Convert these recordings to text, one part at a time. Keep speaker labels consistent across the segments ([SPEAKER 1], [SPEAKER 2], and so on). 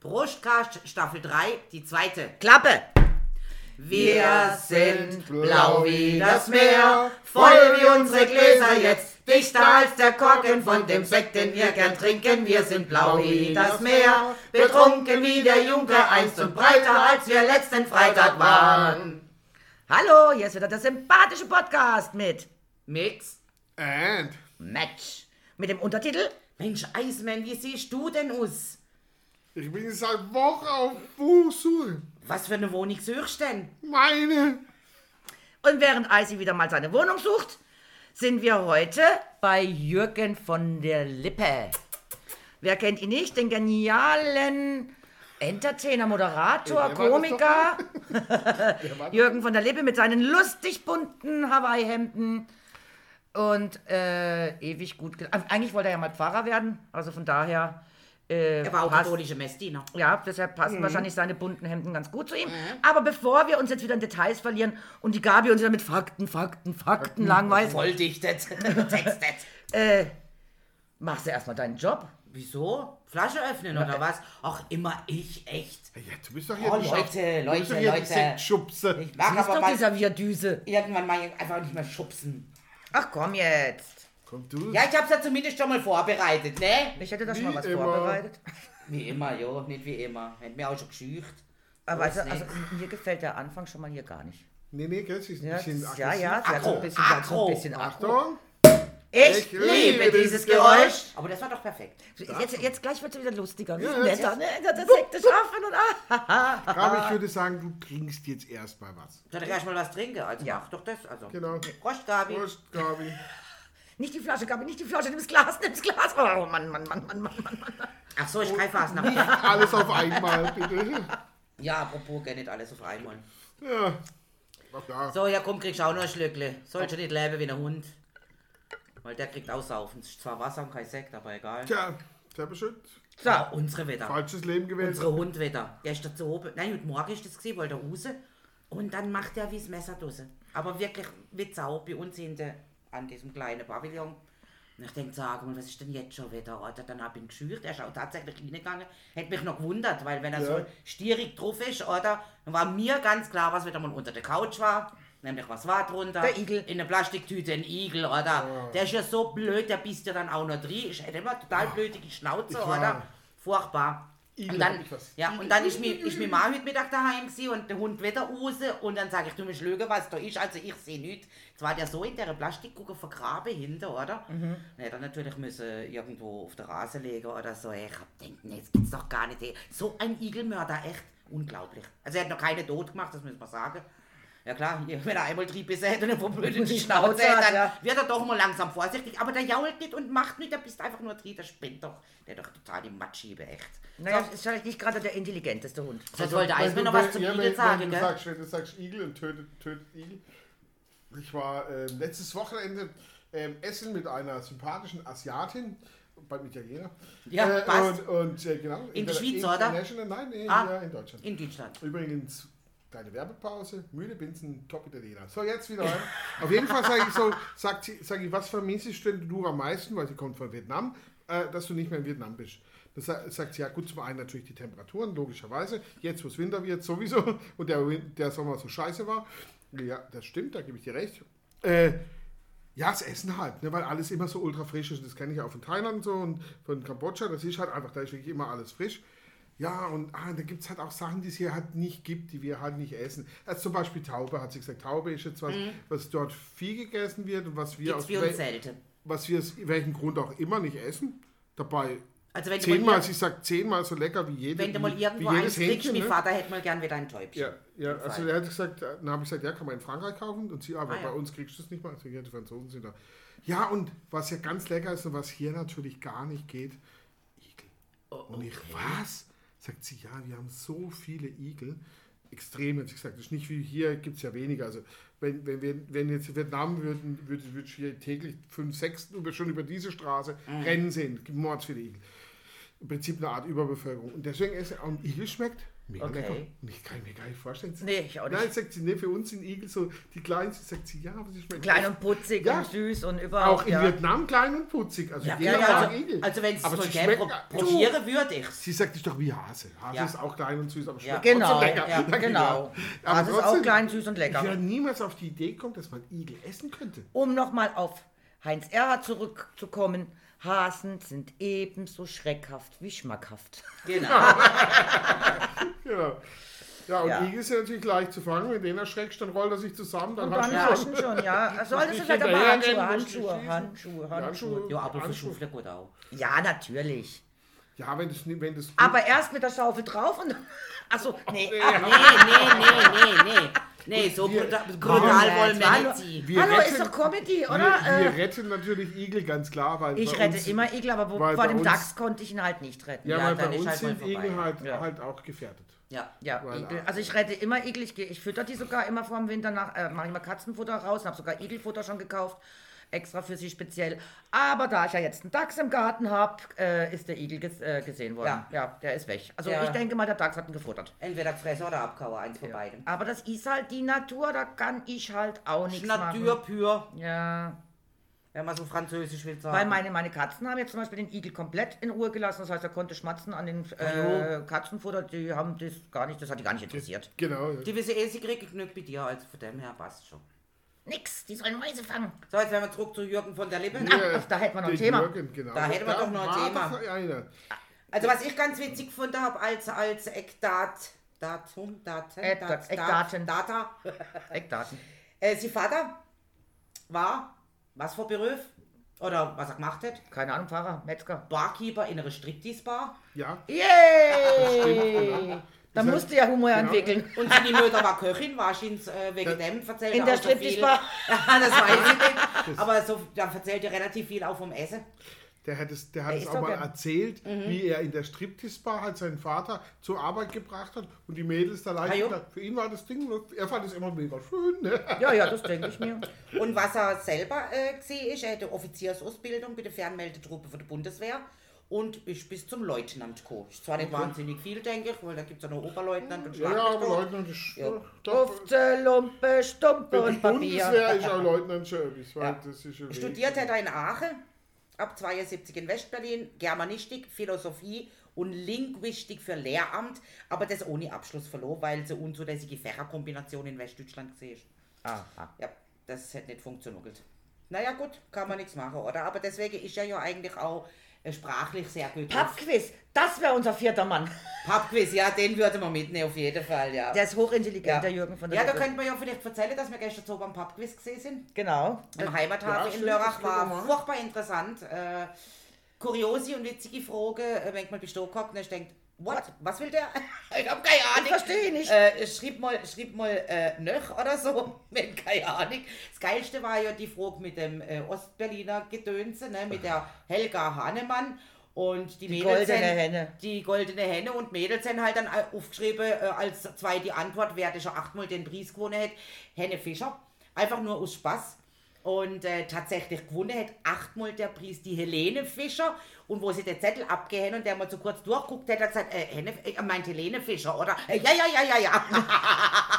[SPEAKER 1] Brustcast Staffel 3, die zweite.
[SPEAKER 2] Klappe!
[SPEAKER 1] Wir sind blau wie das Meer, voll wie unsere Gläser jetzt, dichter als der Korken von dem Sekt, den wir gern trinken. Wir sind blau wie das Meer, betrunken wie der Junker einst und breiter, als wir letzten Freitag waren.
[SPEAKER 2] Hallo, hier ist wieder der sympathische Podcast mit
[SPEAKER 1] Mix?
[SPEAKER 3] And?
[SPEAKER 2] Match. Mit dem Untertitel
[SPEAKER 1] Mensch, Eismann, wie siehst du denn aus?
[SPEAKER 3] Ich bin seit Wochen auf Buchsuche.
[SPEAKER 1] Was für eine Wohnung suchst du denn?
[SPEAKER 3] Meine.
[SPEAKER 2] Und während Eisi wieder mal seine Wohnung sucht, sind wir heute bei Jürgen von der Lippe. Wer kennt ihn nicht? Den genialen Entertainer, Moderator,
[SPEAKER 3] Der war das
[SPEAKER 2] Komiker.
[SPEAKER 3] Der war-
[SPEAKER 2] Jürgen von der Lippe mit seinen lustig bunten Hawaii-Hemden. Und äh, ewig gut. ge- Eigentlich wollte er ja mal Pfarrer werden, also von daher. Äh,
[SPEAKER 1] Er war auch
[SPEAKER 2] passt-
[SPEAKER 1] katholische ne? Messdiener.
[SPEAKER 2] Ja, deshalb
[SPEAKER 3] Mhm.
[SPEAKER 2] passen wahrscheinlich seine bunten Hemden ganz gut zu ihm.
[SPEAKER 1] Mhm.
[SPEAKER 2] Aber bevor wir uns jetzt wieder in Details verlieren und die Gabi uns wieder mit Fakten, Fakten, Fakten langweilt,
[SPEAKER 1] Volldichtet, textet.
[SPEAKER 2] äh, machst du erstmal deinen Job.
[SPEAKER 1] Wieso? Flasche öffnen oder was? Auch immer ich, echt.
[SPEAKER 3] Ja, du bist doch hier
[SPEAKER 1] Oh,
[SPEAKER 3] die Schaff-
[SPEAKER 1] Leute,
[SPEAKER 3] du bist doch
[SPEAKER 1] Leute,
[SPEAKER 3] hier die
[SPEAKER 1] Leute.
[SPEAKER 3] Sektschubse.
[SPEAKER 1] Ich mach
[SPEAKER 2] Siehst
[SPEAKER 1] aber
[SPEAKER 2] doch die
[SPEAKER 1] mal
[SPEAKER 2] Servierdüse.
[SPEAKER 1] irgendwann mal einfach nicht mehr schubsen.
[SPEAKER 2] Ach komm jetzt.
[SPEAKER 3] Komm du.
[SPEAKER 1] Ja, ich hab's ja zumindest schon mal vorbereitet, ne?
[SPEAKER 2] Ich hätte da schon
[SPEAKER 3] Wie
[SPEAKER 2] mal was
[SPEAKER 3] immer.
[SPEAKER 2] vorbereitet.
[SPEAKER 1] Wie immer, jo, nicht wie immer. Hätte mir auch schon geschücht.
[SPEAKER 2] Aber also,
[SPEAKER 1] nix.
[SPEAKER 2] also, mir gefällt der Anfang schon mal hier gar nicht.
[SPEAKER 3] Nee, nee, gell, sie ist ein
[SPEAKER 2] Ja,
[SPEAKER 3] bisschen
[SPEAKER 2] das- ja, ja,
[SPEAKER 3] aggressiv.
[SPEAKER 2] vielleicht so
[SPEAKER 1] Akro,
[SPEAKER 2] ein bisschen, vielleicht so
[SPEAKER 1] Akro.
[SPEAKER 2] ein bisschen Akro.
[SPEAKER 3] Achtung.
[SPEAKER 2] Ich
[SPEAKER 3] liebe dieses Geräusch.
[SPEAKER 1] Aber das war doch perfekt.
[SPEAKER 2] Jetzt, jetzt gleich wird es wieder lustiger.
[SPEAKER 3] Ja,
[SPEAKER 2] Ja,
[SPEAKER 3] jetzt-
[SPEAKER 2] netter, ne? Das sekte Schafen und ah.
[SPEAKER 3] Aber ich würde sagen, du trinkst jetzt erstmal was.
[SPEAKER 1] Soll ich gleich mal was trinken? Also
[SPEAKER 2] Ja.
[SPEAKER 1] mach doch das. Also.
[SPEAKER 3] Genau.
[SPEAKER 1] Prost, Gabi.
[SPEAKER 3] Prost, Gabi.
[SPEAKER 2] Nicht die Flasche, Gabi, nicht die Flasche, nimm das Glas, nimm das Glas. Oh Mann, Mann, Mann, Mann, Oh. Mann.
[SPEAKER 1] Ach so, ich greife was nach.
[SPEAKER 3] Alles auf einmal, bitte.
[SPEAKER 1] Ja, apropos, gell, nicht alles auf einmal.
[SPEAKER 3] Ja. Ach ja.
[SPEAKER 1] So, ja komm, kriegst auch noch ein Schlückle. Sollst du nicht leben wie ein Hund. Weil der kriegt aussaufen. Es ist zwar Wasser und kein Sekt, aber egal.
[SPEAKER 3] Tja, Terpeschütt.
[SPEAKER 1] So, unsere Wetter.
[SPEAKER 3] Falsches Leben gewählt.
[SPEAKER 1] Unsere Hundwetter. Gestern zu oben. Nein, heute Morgen ist das gesehen, weil der Ruse. Und dann macht er wie das Messerdose. Aber wirklich mit Sau bei uns hinten an diesem kleinen Pavillon. Und ich denke, sag mal, was ist denn jetzt schon wieder? Oder dann habe ich ihn geschürt. Er ist auch tatsächlich reingegangen. Hätte mich noch gewundert, weil wenn er
[SPEAKER 3] Ja.
[SPEAKER 1] so stierig drauf ist, oder? Dann war mir ganz klar, was wieder mal unter der Couch war. Nämlich, was war drunter?
[SPEAKER 2] Der Igel.
[SPEAKER 1] In der Plastiktüte ein Igel, oder? Der ist ja so blöd, der bist ja dann auch noch drin. Ich hätte immer total blödige Schnauze,
[SPEAKER 3] Ich war-
[SPEAKER 1] oder? Furchtbar.
[SPEAKER 3] Igel
[SPEAKER 1] Und dann,
[SPEAKER 3] hab ich was.
[SPEAKER 1] ja, und dann ist mir, ist mir Mama heute Mittag daheim gewesen und der Hund wieder raus und dann sage ich, du musst schauen, was da ist, also ich sehe nichts. Jetzt war der so in der Plastikkugel vergraben hinten, oder? Mhm. Ja, dann natürlich müssen irgendwo auf der Rasen legen oder so. Ich hab gedacht, nee, das gibt's doch gar nicht. ey. So ein Igelmörder, echt unglaublich. Also er hat noch keine tot gemacht, das muss man sagen. Ja klar, wenn er einmal drei Bisse hätte und eine verblödete
[SPEAKER 2] die
[SPEAKER 1] Schnauze
[SPEAKER 2] Schnauze
[SPEAKER 1] hätte,
[SPEAKER 2] hat,
[SPEAKER 1] dann
[SPEAKER 2] ja.
[SPEAKER 1] wird er doch mal langsam vorsichtig. Aber der jault nicht und macht nicht, der bist einfach nur drin, der spinnt doch. Der hat doch total die Matschiebe, echt.
[SPEAKER 2] Naja, ist vielleicht nicht gerade der intelligenteste Hund.
[SPEAKER 1] Jetzt Also wollte
[SPEAKER 3] Wenn
[SPEAKER 1] Eismann
[SPEAKER 3] Also, du-
[SPEAKER 1] noch was
[SPEAKER 3] wenn-
[SPEAKER 1] zum
[SPEAKER 3] ja, wenn-
[SPEAKER 1] Igel sagen,
[SPEAKER 3] wenn du
[SPEAKER 1] gell?
[SPEAKER 3] sagst, wenn du sagst Igel und tötet, tötet Igel. Ich war ähm, letztes Wochenende ähm, essen mit einer sympathischen Asiatin beim Italiener.
[SPEAKER 1] Ja, passt.
[SPEAKER 3] Und, und äh, genau.
[SPEAKER 1] In
[SPEAKER 3] Interna-
[SPEAKER 1] der Schweiz, oder?
[SPEAKER 3] International, nein, nee,
[SPEAKER 1] Ah.
[SPEAKER 3] ja, in Deutschland.
[SPEAKER 1] In Deutschland.
[SPEAKER 3] Übrigens, deine Werbepause, müde Binsen, top Italiener. So, jetzt wieder. Auf jeden Fall sage ich so, sagt sie, sag ich, was vermissest denn du am meisten, weil sie kommt von Vietnam, äh, dass du nicht mehr in Vietnam bist. Das sa- sagt sie, ja gut, zum einen natürlich die Temperaturen, logischerweise. Jetzt, wo es Winter wird, sowieso. Und der, Win- der Sommer so scheiße war. Ja, das stimmt, da gebe ich dir recht. Äh, ja, das Essen halt, ne, weil alles immer so ultra frisch ist. Das kenne ich auch von Thailand und so und von Kambodscha. Das ist halt einfach, da ist wirklich immer alles frisch. Ja, und ah, da gibt es halt auch Sachen, die es hier halt nicht gibt, die wir halt nicht essen. Also zum Beispiel Taube, hat sie gesagt. Taube ist jetzt was, was dort viel gegessen wird und was wir
[SPEAKER 1] Mhm. Gibt's
[SPEAKER 3] aus
[SPEAKER 1] für uns
[SPEAKER 3] wel
[SPEAKER 1] selten.
[SPEAKER 3] was wir aus welchem Grund auch immer nicht essen. Dabei
[SPEAKER 1] Also wenn du mal,
[SPEAKER 3] zehnmal,
[SPEAKER 1] ir-
[SPEAKER 3] ich sag zehnmal so lecker wie, jede,
[SPEAKER 1] wenn du mal
[SPEAKER 3] wie,
[SPEAKER 1] irgendwo
[SPEAKER 3] wie
[SPEAKER 1] eins
[SPEAKER 3] jedes
[SPEAKER 1] kriegst,
[SPEAKER 3] Hähnchen.
[SPEAKER 1] mein
[SPEAKER 3] ne?
[SPEAKER 1] Vater hätte mal gern wieder ein Täubchen.
[SPEAKER 3] Ja, ja
[SPEAKER 1] Im
[SPEAKER 3] also
[SPEAKER 1] Fall.
[SPEAKER 3] er hat gesagt, dann habe ich gesagt, ja, kann man in Frankreich kaufen. Und sie, aber
[SPEAKER 1] Ah, ja.
[SPEAKER 3] bei uns kriegst du es nicht mal. Also ja, die Franzosen sind da. Ja, und was ja ganz lecker ist und was hier natürlich gar nicht geht, Igel. Und ich, was? Sagt sie, ja, wir haben so viele Igel. Extrem, hat sie gesagt. Das ist nicht wie hier, gibt es ja weniger. Also, wenn, wenn, wir, wenn jetzt in Vietnam würden, würde würd
[SPEAKER 2] Mhm.
[SPEAKER 3] hier täglich fünf, sechs über, schon über diese Straße rennen sehen. Gibt mords viele Igel. im Prinzip eine Art Überbevölkerung. Und deswegen ist er auch ein Igel schmeckt. Mega
[SPEAKER 2] Okay.
[SPEAKER 3] lecker. Mich kann ich mir gar nicht vorstellen.
[SPEAKER 2] Nee, ich auch nicht.
[SPEAKER 3] Nein, sagt sie, nee, für uns sind Igel so die kleinen, sie sagt sie, ja, aber sie schmecken.
[SPEAKER 2] Klein und putzig
[SPEAKER 3] Ja.
[SPEAKER 2] und süß und überhaupt.
[SPEAKER 3] auch in
[SPEAKER 2] ja.
[SPEAKER 3] Vietnam klein und putzig. Also
[SPEAKER 1] Ja,
[SPEAKER 3] jeder
[SPEAKER 1] ja,
[SPEAKER 3] mag
[SPEAKER 1] also,
[SPEAKER 3] Igel.
[SPEAKER 1] also wenn es
[SPEAKER 3] Aber
[SPEAKER 1] so
[SPEAKER 3] sie
[SPEAKER 1] gäbe,
[SPEAKER 3] schmecken-
[SPEAKER 1] prob-
[SPEAKER 3] Du,
[SPEAKER 1] probiere, würde ich
[SPEAKER 3] Sie sagt es doch wie Hase. Hase
[SPEAKER 1] Ja.
[SPEAKER 3] ist auch klein und süß, aber schmeckt
[SPEAKER 2] Genau,
[SPEAKER 3] trotzdem lecker.
[SPEAKER 2] ja,
[SPEAKER 3] Danke,
[SPEAKER 2] genau.
[SPEAKER 3] Aber
[SPEAKER 2] Hase ist auch
[SPEAKER 3] trotzdem,
[SPEAKER 2] klein, süß und lecker.
[SPEAKER 3] Ich würde niemals auf die Idee kommen, dass man Igel essen könnte.
[SPEAKER 2] Um nochmal auf Heinz Erhard zurückzukommen. Hasen sind ebenso schreckhaft wie schmackhaft.
[SPEAKER 1] Genau.
[SPEAKER 3] Ja. Ja, und
[SPEAKER 2] Ja.
[SPEAKER 3] Igel sind natürlich leicht zu fangen. Wenn den erschreckst, dann rollt er sich zusammen. Dann,
[SPEAKER 2] Und
[SPEAKER 3] hast
[SPEAKER 2] dann
[SPEAKER 3] du
[SPEAKER 2] lassen schon, ja. Solltest du
[SPEAKER 3] Also nicht
[SPEAKER 2] vielleicht aber
[SPEAKER 3] hinterherrennen, musst
[SPEAKER 2] Handschuhe,
[SPEAKER 3] nicht
[SPEAKER 2] Handschuhe,
[SPEAKER 3] schießen.
[SPEAKER 2] Handschuhe,
[SPEAKER 3] Ja,
[SPEAKER 2] Handschuhe.
[SPEAKER 3] Handschuhe,
[SPEAKER 1] Ja, aber für
[SPEAKER 3] Handschuhe.
[SPEAKER 1] Schuhfleck gut auch.
[SPEAKER 2] Ja, natürlich.
[SPEAKER 3] Ja, wenn das wenn das
[SPEAKER 2] Aber erst mit der Schaufel drauf und. Achso, nee.
[SPEAKER 3] Nee,
[SPEAKER 2] ah,
[SPEAKER 1] Nee, nee, nee, nee, nee. Nee, so
[SPEAKER 3] Wir-
[SPEAKER 1] brutal,
[SPEAKER 2] Komm,
[SPEAKER 1] brutal wollen wir
[SPEAKER 2] hallo,
[SPEAKER 1] nicht sie.
[SPEAKER 3] Wir
[SPEAKER 2] hallo, ist
[SPEAKER 3] retten-
[SPEAKER 2] doch Comedy,
[SPEAKER 3] wir,
[SPEAKER 2] oder?
[SPEAKER 3] wir
[SPEAKER 2] Äh,
[SPEAKER 3] retten natürlich Igel, ganz klar. Weil
[SPEAKER 2] ich
[SPEAKER 3] bei
[SPEAKER 2] rette
[SPEAKER 3] uns,
[SPEAKER 2] immer Igel, aber wo,
[SPEAKER 3] weil
[SPEAKER 2] vor
[SPEAKER 3] bei
[SPEAKER 2] dem
[SPEAKER 3] uns-
[SPEAKER 2] Dachs konnte ich ihn halt nicht retten.
[SPEAKER 3] Ja,
[SPEAKER 1] Ja,
[SPEAKER 3] weil
[SPEAKER 1] dann
[SPEAKER 3] bei
[SPEAKER 1] ist
[SPEAKER 3] uns
[SPEAKER 1] halt mal
[SPEAKER 3] sind Igel
[SPEAKER 1] vorbei.
[SPEAKER 3] halt,
[SPEAKER 2] Ja.
[SPEAKER 3] halt auch gefährdet.
[SPEAKER 1] Ja.
[SPEAKER 2] Ja,
[SPEAKER 3] Voilà.
[SPEAKER 2] Igel. Also ich rette immer Igel. Ich, geh- ich fütter die sogar immer vor dem Winter nach. Äh, Mache ich mal Katzenfutter raus und habe sogar Igelfutter schon gekauft. Extra für sie speziell. Aber da ich ja jetzt einen Dachs im Garten habe, äh, ist der Igel ges äh, gesehen worden. Ja. der ist weg. Also
[SPEAKER 1] Ja.
[SPEAKER 2] ich denke mal, der Dachs hat ihn gefuttert.
[SPEAKER 1] Entweder Fresse oder Abkauer, eins von beiden.
[SPEAKER 2] Aber das ist halt die Natur, da kann ich halt auch nichts
[SPEAKER 1] Natur
[SPEAKER 2] machen.
[SPEAKER 1] pur,
[SPEAKER 2] Ja,
[SPEAKER 1] wenn man so französisch will sagen.
[SPEAKER 2] weil meine, meine Katzen haben jetzt zum Beispiel den Igel komplett in Ruhe gelassen. Das heißt, er konnte schmatzen an den äh, Katzenfutter. Die haben das gar nicht, das hat die gar nicht interessiert.
[SPEAKER 3] Genau.
[SPEAKER 1] die wissen eh, sie kriegen genug bei dir, also von dem her passt schon.
[SPEAKER 2] Nix, die sollen Mäuse fangen.
[SPEAKER 1] So, jetzt werden wir zurück zu Jürgen von der Lippe.
[SPEAKER 2] Ja. Ach, da hätten wir noch ein
[SPEAKER 3] den
[SPEAKER 2] Thema.
[SPEAKER 3] Jürgen, genau.
[SPEAKER 1] Da hätten wir doch noch ein
[SPEAKER 3] war
[SPEAKER 1] Thema.
[SPEAKER 3] doch einer.
[SPEAKER 1] Also was ich ganz witzig gefunden habe als, als Eckdat, Datum, Daten,
[SPEAKER 2] Äh,
[SPEAKER 1] Dat- Dat-
[SPEAKER 2] Eckdaten.
[SPEAKER 1] Data,
[SPEAKER 2] Eckdaten.
[SPEAKER 1] äh, sie Vater war, was für Beruf, oder was er gemacht hat,
[SPEAKER 2] Keine Ahnung, Fahrer, Metzger.
[SPEAKER 1] Barkeeper in einer Striptease-Bar.
[SPEAKER 3] Ja.
[SPEAKER 2] Yay! genau. Da
[SPEAKER 3] genau. Das
[SPEAKER 2] musst du ja Humor
[SPEAKER 3] genau.
[SPEAKER 2] entwickeln.
[SPEAKER 1] Und seine Mutter war Köchin, wahrscheinlich äh, wegen dem erzählt
[SPEAKER 2] In
[SPEAKER 1] er
[SPEAKER 2] der
[SPEAKER 1] auch so viel.
[SPEAKER 2] Striptease-Bar.
[SPEAKER 1] Ja, das weiß ich nicht. Aber so, da erzählt er relativ viel auch vom Essen.
[SPEAKER 3] Der hat es, der hat es
[SPEAKER 2] ist
[SPEAKER 3] auch
[SPEAKER 2] so
[SPEAKER 3] mal
[SPEAKER 2] gern.
[SPEAKER 3] erzählt,
[SPEAKER 1] Mhm.
[SPEAKER 3] wie er in der Striptease-Bar halt seinen Vater zur Arbeit gebracht hat und die Mädels da
[SPEAKER 1] Ah,
[SPEAKER 3] leicht.
[SPEAKER 1] jo.
[SPEAKER 3] Für ihn war das Ding, er fand es immer mega schön. Ne?
[SPEAKER 2] Ja, ja, das denke ich mir.
[SPEAKER 1] Und was er selber äh, gesehen ist, er hatte Offiziersausbildung bei der Fernmeldetruppe von der Bundeswehr und ist bis zum Leutnant gekommen. Ist zwar nicht wahnsinnig viel, denke ich, weil da gibt es ja noch Oberleutnant und
[SPEAKER 3] Ja, ja, aber
[SPEAKER 1] Schlagzeug.
[SPEAKER 3] Leutnant ist.
[SPEAKER 1] Ja.
[SPEAKER 3] Doch,
[SPEAKER 2] Dufte, äh, Lumpe,
[SPEAKER 3] die
[SPEAKER 2] Stumpe und Papier.
[SPEAKER 3] Bundeswehr ist auch Leutnant Service. Weil das ist ja
[SPEAKER 1] Studiert
[SPEAKER 3] wenig.
[SPEAKER 1] hat er in Aachen, ab 72 in Westberlin, Germanistik, Philosophie und Linguistik für Lehramt, aber das ohne Abschluss verlor, weil so unzulässige Fächerkombination in Westdeutschland gesehen ist.
[SPEAKER 2] Aha.
[SPEAKER 1] Ja, das hätte nicht funktioniert. Naja gut, kann man nichts machen, oder? Aber deswegen ist er ja eigentlich auch äh, sprachlich sehr gut. drauf.
[SPEAKER 2] Pappquiz, das wäre unser vierter Mann.
[SPEAKER 1] Pappquiz, ja, den würde man mitnehmen, auf jeden Fall, ja.
[SPEAKER 2] Der ist hochintelligent,
[SPEAKER 1] ja.
[SPEAKER 2] der Jürgen von der
[SPEAKER 1] ja, da
[SPEAKER 2] Lippe.
[SPEAKER 1] könnte man ja vielleicht erzählen, dass wir gestern so beim Pappquiz gesehen sind.
[SPEAKER 2] Genau.
[SPEAKER 1] Im Heimathafen
[SPEAKER 3] ja,
[SPEAKER 1] in
[SPEAKER 3] stimmt, das
[SPEAKER 1] Lörrach
[SPEAKER 3] können wir
[SPEAKER 1] war
[SPEAKER 3] machen.
[SPEAKER 1] furchtbar interessant. Äh, kuriose und witzige Frage, äh, wenn ich mal bestochen habe und ich denke, what? Was will der? ich habe keine Ahnung.
[SPEAKER 2] Ich verstehe nicht.
[SPEAKER 1] Äh, schrieb mal, schrieb mal äh, nöch oder so, wenn keine Ahnung. Das Geilste war ja die Frage mit dem äh, Ostberliner Gedönse, ne, mit der Helga Hahnemann. Und die, Mädels
[SPEAKER 2] goldene
[SPEAKER 1] sind-
[SPEAKER 2] Henne.
[SPEAKER 1] Die goldene Henne und Mädels sind halt dann au- aufgeschrieben, äh, als zwei die Antwort, wer der schon achtmal den Preis gewonnen hat, Henne Fischer. Einfach nur aus Spaß. Und äh, tatsächlich gewonnen hat achtmal der Preis die Helene Fischer. Und wo sie den Zettel abgehängt und der mal so kurz durchguckt hat, hat gesagt, äh, Henne, äh, meint Helene Fischer, oder? Äh, ja, ja, ja, ja, ja.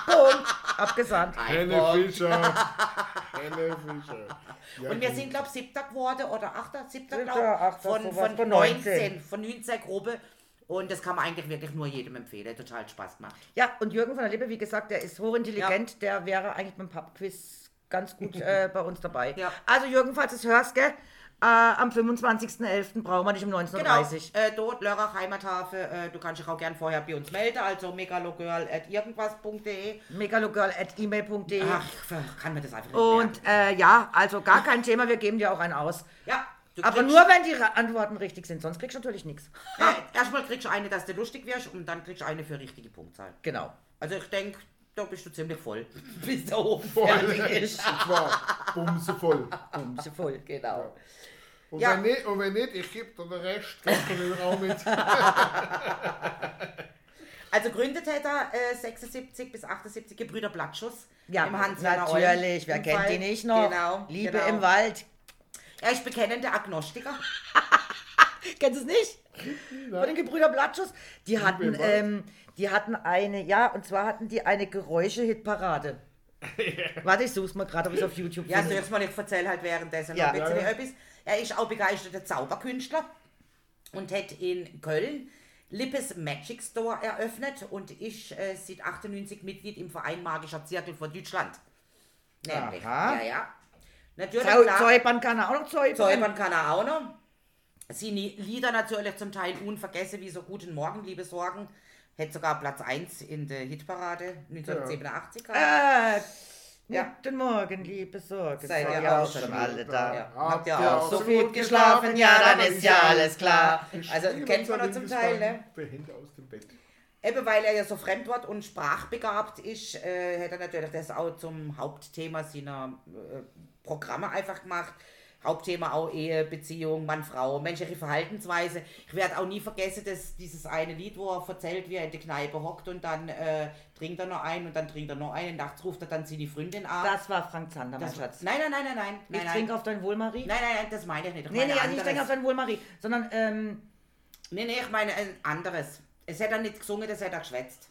[SPEAKER 2] Punkt. Abgesandt.
[SPEAKER 3] Henne Fischer. Henne Fischer. Ja, genau.
[SPEAKER 1] Und wir sind, glaube ich, siebter geworden oder achter, genau. siebter,
[SPEAKER 2] Siebter,
[SPEAKER 1] glaube ich,
[SPEAKER 2] Achter,
[SPEAKER 1] von,
[SPEAKER 2] sowas,
[SPEAKER 1] von,
[SPEAKER 2] von
[SPEAKER 1] 19,
[SPEAKER 2] 19.
[SPEAKER 1] von 19 Gruppe. Und das kann man eigentlich wirklich nur jedem empfehlen. Total Spaß gemacht.
[SPEAKER 2] Ja, und Jürgen von der Lippe, wie gesagt, der ist hochintelligent, der wäre eigentlich beim Pubquiz ganz gut äh, bei uns dabei.
[SPEAKER 1] Ja.
[SPEAKER 2] Also Jürgen, falls du es hörst, gell, äh, am 25.11. brauchen wir dich um 19.30
[SPEAKER 1] Genau,
[SPEAKER 2] Uhr.
[SPEAKER 1] äh, dort, Lörrach, Heimathafen, äh, du kannst dich auch gern vorher bei uns melden, also megalogirl.irgendwas.de
[SPEAKER 2] megalogirl.email.de.
[SPEAKER 1] Genau. Ach, ich kann mir das einfach nicht merken.
[SPEAKER 2] Und äh, ja, also gar kein Thema, wir geben dir auch einen aus.
[SPEAKER 1] Ja, du
[SPEAKER 2] Aber
[SPEAKER 1] kriegst-
[SPEAKER 2] nur, wenn die Ra- Antworten richtig sind, sonst kriegst du natürlich nichts.
[SPEAKER 1] Äh, erstmal kriegst du eine, dass du lustig wirst und dann kriegst du eine für richtige Punktzahl.
[SPEAKER 2] Genau.
[SPEAKER 1] Also ich denke, da bist du ziemlich voll. Bis da oben
[SPEAKER 3] Voll.
[SPEAKER 1] fertig ist.
[SPEAKER 3] Und zwar bumsevoll.
[SPEAKER 2] Bumse voll, genau.
[SPEAKER 3] Und,
[SPEAKER 1] Ja.
[SPEAKER 3] wenn nicht, und wenn nicht, ich gebe dir den Rest, kannst du den auch mit.
[SPEAKER 1] Also Gründetäter äh, 76 bis 78 Gebrüder Blattschuss
[SPEAKER 2] Ja,
[SPEAKER 1] im Hans
[SPEAKER 2] natürlich, wer kennt die nicht noch?
[SPEAKER 1] Genau.
[SPEAKER 2] Liebe
[SPEAKER 1] genau.
[SPEAKER 2] im Wald.
[SPEAKER 1] Er ist bekennender Agnostiker.
[SPEAKER 2] Kennst du es nicht? Von den Gebrüder Blattschuss. Die hatten,
[SPEAKER 3] mir was.
[SPEAKER 2] ähm, die hatten eine, ja, und zwar hatten die eine Geräusche-Hitparade. Warte, ich such's mal gerade, ob ich auf YouTube
[SPEAKER 1] Ja,
[SPEAKER 2] finde.
[SPEAKER 1] zuerst mal, ich erzähle halt währenddessen
[SPEAKER 2] Ja.
[SPEAKER 1] noch ein bisschen
[SPEAKER 3] Ja, ja.
[SPEAKER 1] etwas. Er ist auch begeisterter Zauberkünstler und hat in Köln Lippes Magic Store eröffnet und ist äh, seit 98 Mitglied im Verein Magischer Zirkel von Deutschland. Nämlich.
[SPEAKER 2] Aha.
[SPEAKER 1] Ja, ja. Natürlich,
[SPEAKER 2] Zau-
[SPEAKER 1] klar,
[SPEAKER 2] Zäubern kann er auch noch zäubern.
[SPEAKER 1] Säubern kann er auch noch. Seine Lieder natürlich zum Teil unvergessen, wie so Guten Morgen, liebe Sorgen. Hätte sogar Platz 1 in der Hitparade 1987 gehabt.
[SPEAKER 2] Äh,
[SPEAKER 1] Ja.
[SPEAKER 2] Guten Morgen, liebe Sorge.
[SPEAKER 1] Seid
[SPEAKER 2] Seid
[SPEAKER 1] ihr
[SPEAKER 2] ihr
[SPEAKER 1] auch
[SPEAKER 2] auch schon
[SPEAKER 1] schon
[SPEAKER 2] alle da?
[SPEAKER 1] Ja.
[SPEAKER 3] Habt
[SPEAKER 1] Habt
[SPEAKER 3] ihr
[SPEAKER 1] ihr
[SPEAKER 3] auch
[SPEAKER 1] auch so
[SPEAKER 3] so
[SPEAKER 1] gut
[SPEAKER 3] gut geschlafen?
[SPEAKER 1] geschlafen? Ja, dann ist ja alles klar. Also
[SPEAKER 3] Ich
[SPEAKER 1] kennt man
[SPEAKER 3] bin
[SPEAKER 1] noch zum
[SPEAKER 3] bis
[SPEAKER 1] Teil,
[SPEAKER 3] dahin
[SPEAKER 1] ne?
[SPEAKER 3] Behend aus dem Bett.
[SPEAKER 1] Eben weil er ja so fremdwort- und sprachbegabt ist, äh, hat er natürlich das auch zum Hauptthema seiner äh, Programme einfach gemacht. Hauptthema auch Ehe, Beziehung, Mann, Frau, menschliche Verhaltensweise. Ich werde auch nie vergessen, dass dieses eine Lied, wo er erzählt, wie er in der Kneipe hockt und dann äh, trinkt er noch einen und dann trinkt er noch einen. Nachts ruft er dann seine Freundin an.
[SPEAKER 2] Das war Frank Zander, mein
[SPEAKER 1] Das-
[SPEAKER 2] Schatz.
[SPEAKER 1] Nein, nein, nein, nein, nein.
[SPEAKER 2] Ich
[SPEAKER 1] nein,
[SPEAKER 2] trinke
[SPEAKER 1] nein.
[SPEAKER 2] auf dein Wohl, Marie.
[SPEAKER 1] Nein, nein, nein, das meine ich nicht. Ich
[SPEAKER 2] nee, nee,
[SPEAKER 1] meine
[SPEAKER 2] also ich trinke
[SPEAKER 1] anderes.
[SPEAKER 2] auf dein Wohl, Marie. Sondern, ähm,
[SPEAKER 1] Nee, nee, ich meine ein anderes. Es hat er nicht gesungen, das hat er geschwätzt.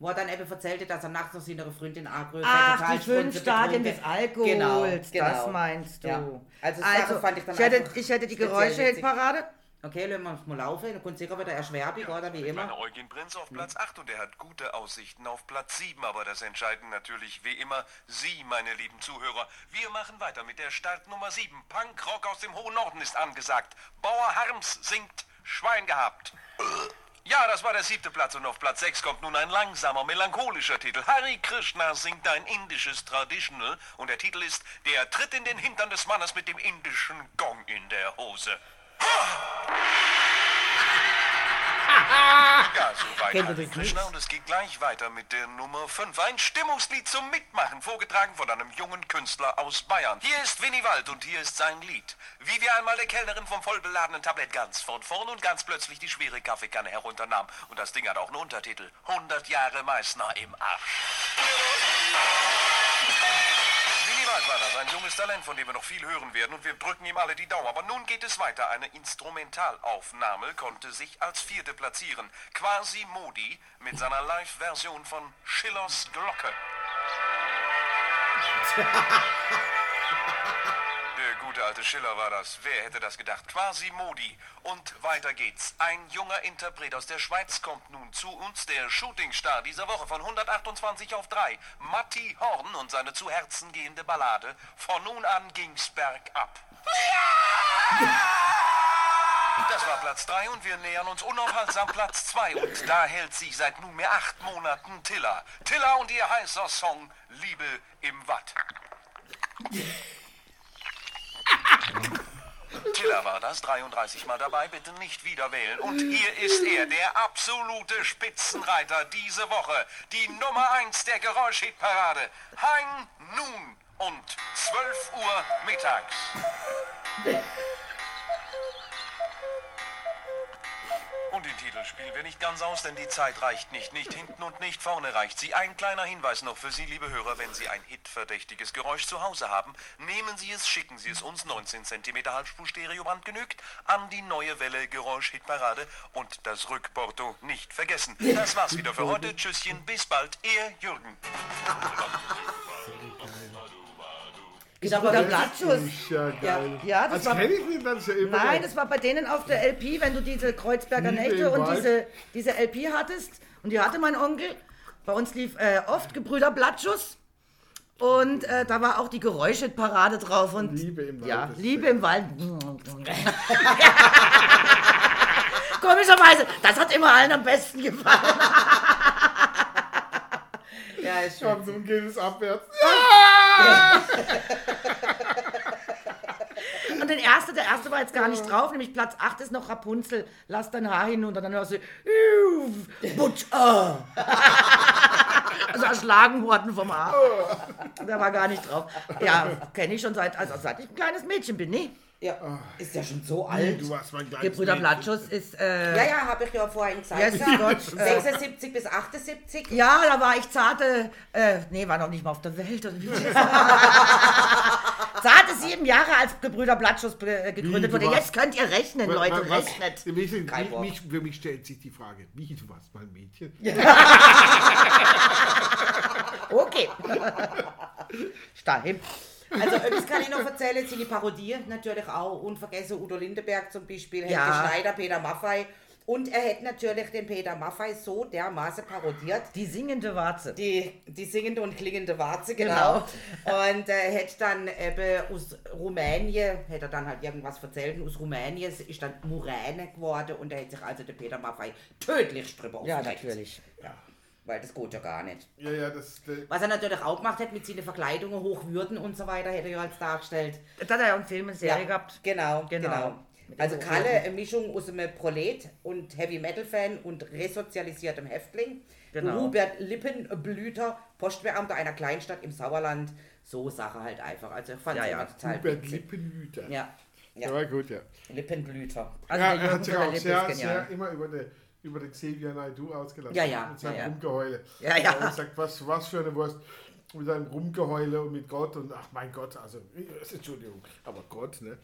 [SPEAKER 1] Wo er dann eben erzählte, dass er nachts noch seine Freundin angerührt
[SPEAKER 2] ach, die fünf
[SPEAKER 1] strunzenbetrunken.
[SPEAKER 2] Stadien des Alkohols.
[SPEAKER 1] Genau,
[SPEAKER 2] Das
[SPEAKER 1] genau.
[SPEAKER 2] meinst du.
[SPEAKER 1] Ja. Also, das fand ich dann einfach
[SPEAKER 2] hätte, ich hätte die
[SPEAKER 1] speziell
[SPEAKER 2] Geräusche
[SPEAKER 1] witzig.
[SPEAKER 2] in Parade.
[SPEAKER 1] Okay, lassen wir uns mal laufen. Dann kommt sicher wieder erschwerbig, oder wie
[SPEAKER 4] Ich meine,
[SPEAKER 1] immer.
[SPEAKER 4] Eugen Prinz auf Platz 8 und er hat gute Aussichten auf Platz 7, aber das entscheiden natürlich wie immer Sie, meine lieben Zuhörer. Wir machen weiter mit der Startnummer 7. Punkrock aus dem hohen Norden ist angesagt. Bauer Harms singt Schwein gehabt. Ja, das war der siebte Platz und auf Platz 6 kommt nun ein langsamer, melancholischer Titel. Hari Krishna singt ein indisches Traditional und der Titel ist Der Tritt in den Hintern des Mannes mit dem indischen Gong in der Hose. Ja, soweit
[SPEAKER 2] Kennt ihr
[SPEAKER 4] Hare
[SPEAKER 2] den
[SPEAKER 4] Krishna
[SPEAKER 2] Knicks?
[SPEAKER 4] und es geht gleich weiter mit der Nummer 5. Ein Stimmungslied zum Mitmachen, vorgetragen von einem jungen Künstler aus Bayern. Hier ist Winnie Wald und hier ist sein Lied. Wie wir einmal der Kellnerin vom vollbeladenen Tablett ganz von vorn und ganz plötzlich die schwere Kaffeekanne herunternahm. Und das Ding hat auch einen Untertitel. 100 Jahre Meißner im Arsch. Willi Wald war das, ein junges Talent, von dem wir noch viel hören werden und wir drücken ihm alle die Daumen. Aber nun geht es weiter. Eine Instrumentalaufnahme konnte sich als vierte platzieren. Quasi Modi mit seiner Live-Version von Schillers Glocke. Der gute alte Schiller war das. Wer hätte das gedacht? Quasi Modi. Und weiter geht's. Ein junger Interpret aus der Schweiz kommt nun zu uns. Der Shootingstar dieser Woche von 128 auf 3. Matti Horn und seine zu Herzen gehende Ballade. Von nun an ging's bergab. Das war Platz 3 und wir nähern uns unaufhaltsam Platz 2. Und da hält sich seit nunmehr acht Monaten Tilla. Tilla und ihr heißer Song Liebe im Watt. Tiller war das, 33 Mal dabei, bitte nicht wieder wählen. Und hier ist er, der absolute Spitzenreiter diese Woche. Die Nummer 1 der Geräuschhitparade. Hang Nun und 12 Uhr mittags. Und den Titel spielen wir nicht ganz aus, denn die Zeit reicht nicht. Nicht hinten und nicht vorne reicht sie. Ein kleiner Hinweis noch für Sie, liebe Hörer, wenn Sie ein hitverdächtiges Geräusch zu Hause haben, nehmen Sie es, schicken Sie es uns, 19 cm Halbspur-Stereoband genügt, an die neue Welle Geräusch-Hitparade und das Rückporto nicht vergessen. Das war's wieder für heute. Tschüsschen, bis bald, Ihr Jürgen.
[SPEAKER 2] Ich habe der
[SPEAKER 3] Das
[SPEAKER 2] Blattschuss.
[SPEAKER 3] ist ja geil.
[SPEAKER 2] ja, das
[SPEAKER 3] das
[SPEAKER 2] war-
[SPEAKER 3] kenne ich nicht, das ist ja immer
[SPEAKER 2] Nein,
[SPEAKER 3] geil.
[SPEAKER 2] das war bei denen auf der LP, wenn du diese Kreuzberger
[SPEAKER 3] Liebe
[SPEAKER 2] Nächte
[SPEAKER 3] im
[SPEAKER 2] und
[SPEAKER 3] Wald.
[SPEAKER 2] diese, diese LP hattest. Und die hatte mein Onkel. Bei uns lief äh, oft Gebrüder Blattschuss. Und äh, da war auch die Geräuschparade drauf. Und
[SPEAKER 3] Liebe im Wald.
[SPEAKER 2] Ja,
[SPEAKER 3] das ist
[SPEAKER 2] Liebe
[SPEAKER 3] sehr-
[SPEAKER 2] im Wald. Komischerweise, das hat immer allen am besten gefallen.
[SPEAKER 1] Ja, ist
[SPEAKER 3] Ja,
[SPEAKER 1] schon.
[SPEAKER 3] nun geht es abwärts.
[SPEAKER 2] Und den erste, der erste war jetzt gar nicht drauf, nämlich Platz 8 ist noch Rapunzel, lass dein Haar hinunter. Dann hörst du, "Uff, Butcher. also erschlagen worden vom Haar. Der war gar nicht drauf. Ja, kenne ich schon seit, also seit ich ein kleines Mädchen bin, ne?
[SPEAKER 1] Ja, ist ja schon so
[SPEAKER 2] Mhm.
[SPEAKER 1] alt.
[SPEAKER 3] Du hast mein kleines
[SPEAKER 2] Gebrüder
[SPEAKER 3] Mädchen.
[SPEAKER 2] Blattschuss ist, äh,
[SPEAKER 1] Ja, ja, habe ich ja vorhin gesagt.
[SPEAKER 2] Yes,
[SPEAKER 1] Ja.
[SPEAKER 2] Gott, äh.
[SPEAKER 1] 76 bis 78.
[SPEAKER 2] ja, da war ich zarte, äh, nee, war noch nicht mal auf der Welt. Oder wie zarte sieben Jahre als Gebrüder Blattschuss äh, gegründet
[SPEAKER 3] Wie,
[SPEAKER 2] wurde.
[SPEAKER 3] was?
[SPEAKER 2] Jetzt könnt ihr rechnen, Leute,
[SPEAKER 3] was,
[SPEAKER 2] rechnet.
[SPEAKER 3] Wie, wie,
[SPEAKER 1] Kein Wort.
[SPEAKER 3] mich, für mich stellt sich die Frage, wie du warst mal ein Mädchen?
[SPEAKER 2] Okay. Stein.
[SPEAKER 1] Also, etwas kann ich noch erzählen, sind die Parodien natürlich auch. Unvergessen Udo Lindeberg zum Beispiel, Helge
[SPEAKER 2] Ja.
[SPEAKER 1] Schneider, Peter Maffei. Und er hätte natürlich den Peter Maffei so dermaßen parodiert,
[SPEAKER 2] Die singende Warze.
[SPEAKER 1] die, die singende und klingende Warze, genau. Und äh, hätte dann eben aus Rumänien, hätte er dann halt irgendwas erzählt, und aus Rumänien ist dann Muräne geworden und da hätte sich also der Peter Maffei tödlich drüber
[SPEAKER 2] Ja,
[SPEAKER 1] aufgeregt.
[SPEAKER 2] natürlich.
[SPEAKER 1] Ja, weil das geht ja gar nicht.
[SPEAKER 3] Ja, ja, das, das
[SPEAKER 1] Was er natürlich auch gemacht hat mit seinen Verkleidungen, Hochwürden und so weiter, hätte er ja als dargestellt.
[SPEAKER 2] Das hat er ja einen Film, eine Serie gehabt.
[SPEAKER 1] Genau,
[SPEAKER 2] Genau.
[SPEAKER 1] genau.
[SPEAKER 2] Mit
[SPEAKER 1] Also
[SPEAKER 2] den
[SPEAKER 1] Kalle,
[SPEAKER 2] Hochwürden.
[SPEAKER 1] eine Mischung aus einem Prolet und Heavy-Metal-Fan und resozialisiertem Häftling.
[SPEAKER 2] Genau.
[SPEAKER 1] Hubert Lippenblüter, Postbeamter einer Kleinstadt im Sauerland. So Sache halt einfach. Also ich fand
[SPEAKER 2] Ja,
[SPEAKER 1] es
[SPEAKER 2] ja.
[SPEAKER 1] immer total
[SPEAKER 3] Hubert
[SPEAKER 1] witzig.
[SPEAKER 3] Lippenhüter.
[SPEAKER 1] Ja,
[SPEAKER 3] Der
[SPEAKER 1] ja.
[SPEAKER 3] war gut, ja.
[SPEAKER 1] Lippenblüter.
[SPEAKER 2] Also
[SPEAKER 3] ja,
[SPEAKER 2] der
[SPEAKER 3] er
[SPEAKER 2] Jürgen
[SPEAKER 3] hat sich
[SPEAKER 2] von der
[SPEAKER 3] auch
[SPEAKER 2] Lippe
[SPEAKER 3] sehr,
[SPEAKER 2] ist
[SPEAKER 3] sehr
[SPEAKER 2] genial.
[SPEAKER 3] immer über den, über den Xavier Naidoo ausgelassen.
[SPEAKER 1] Ja, ja,
[SPEAKER 3] Mit seinem
[SPEAKER 1] ja, ja.
[SPEAKER 3] Rumgeheule.
[SPEAKER 2] Ja, ja.
[SPEAKER 3] Und sagt, was, was für eine Wurst. Mit seinem Rumgeheule und mit Gott und ach mein Gott, also, Entschuldigung, aber Gott, ne?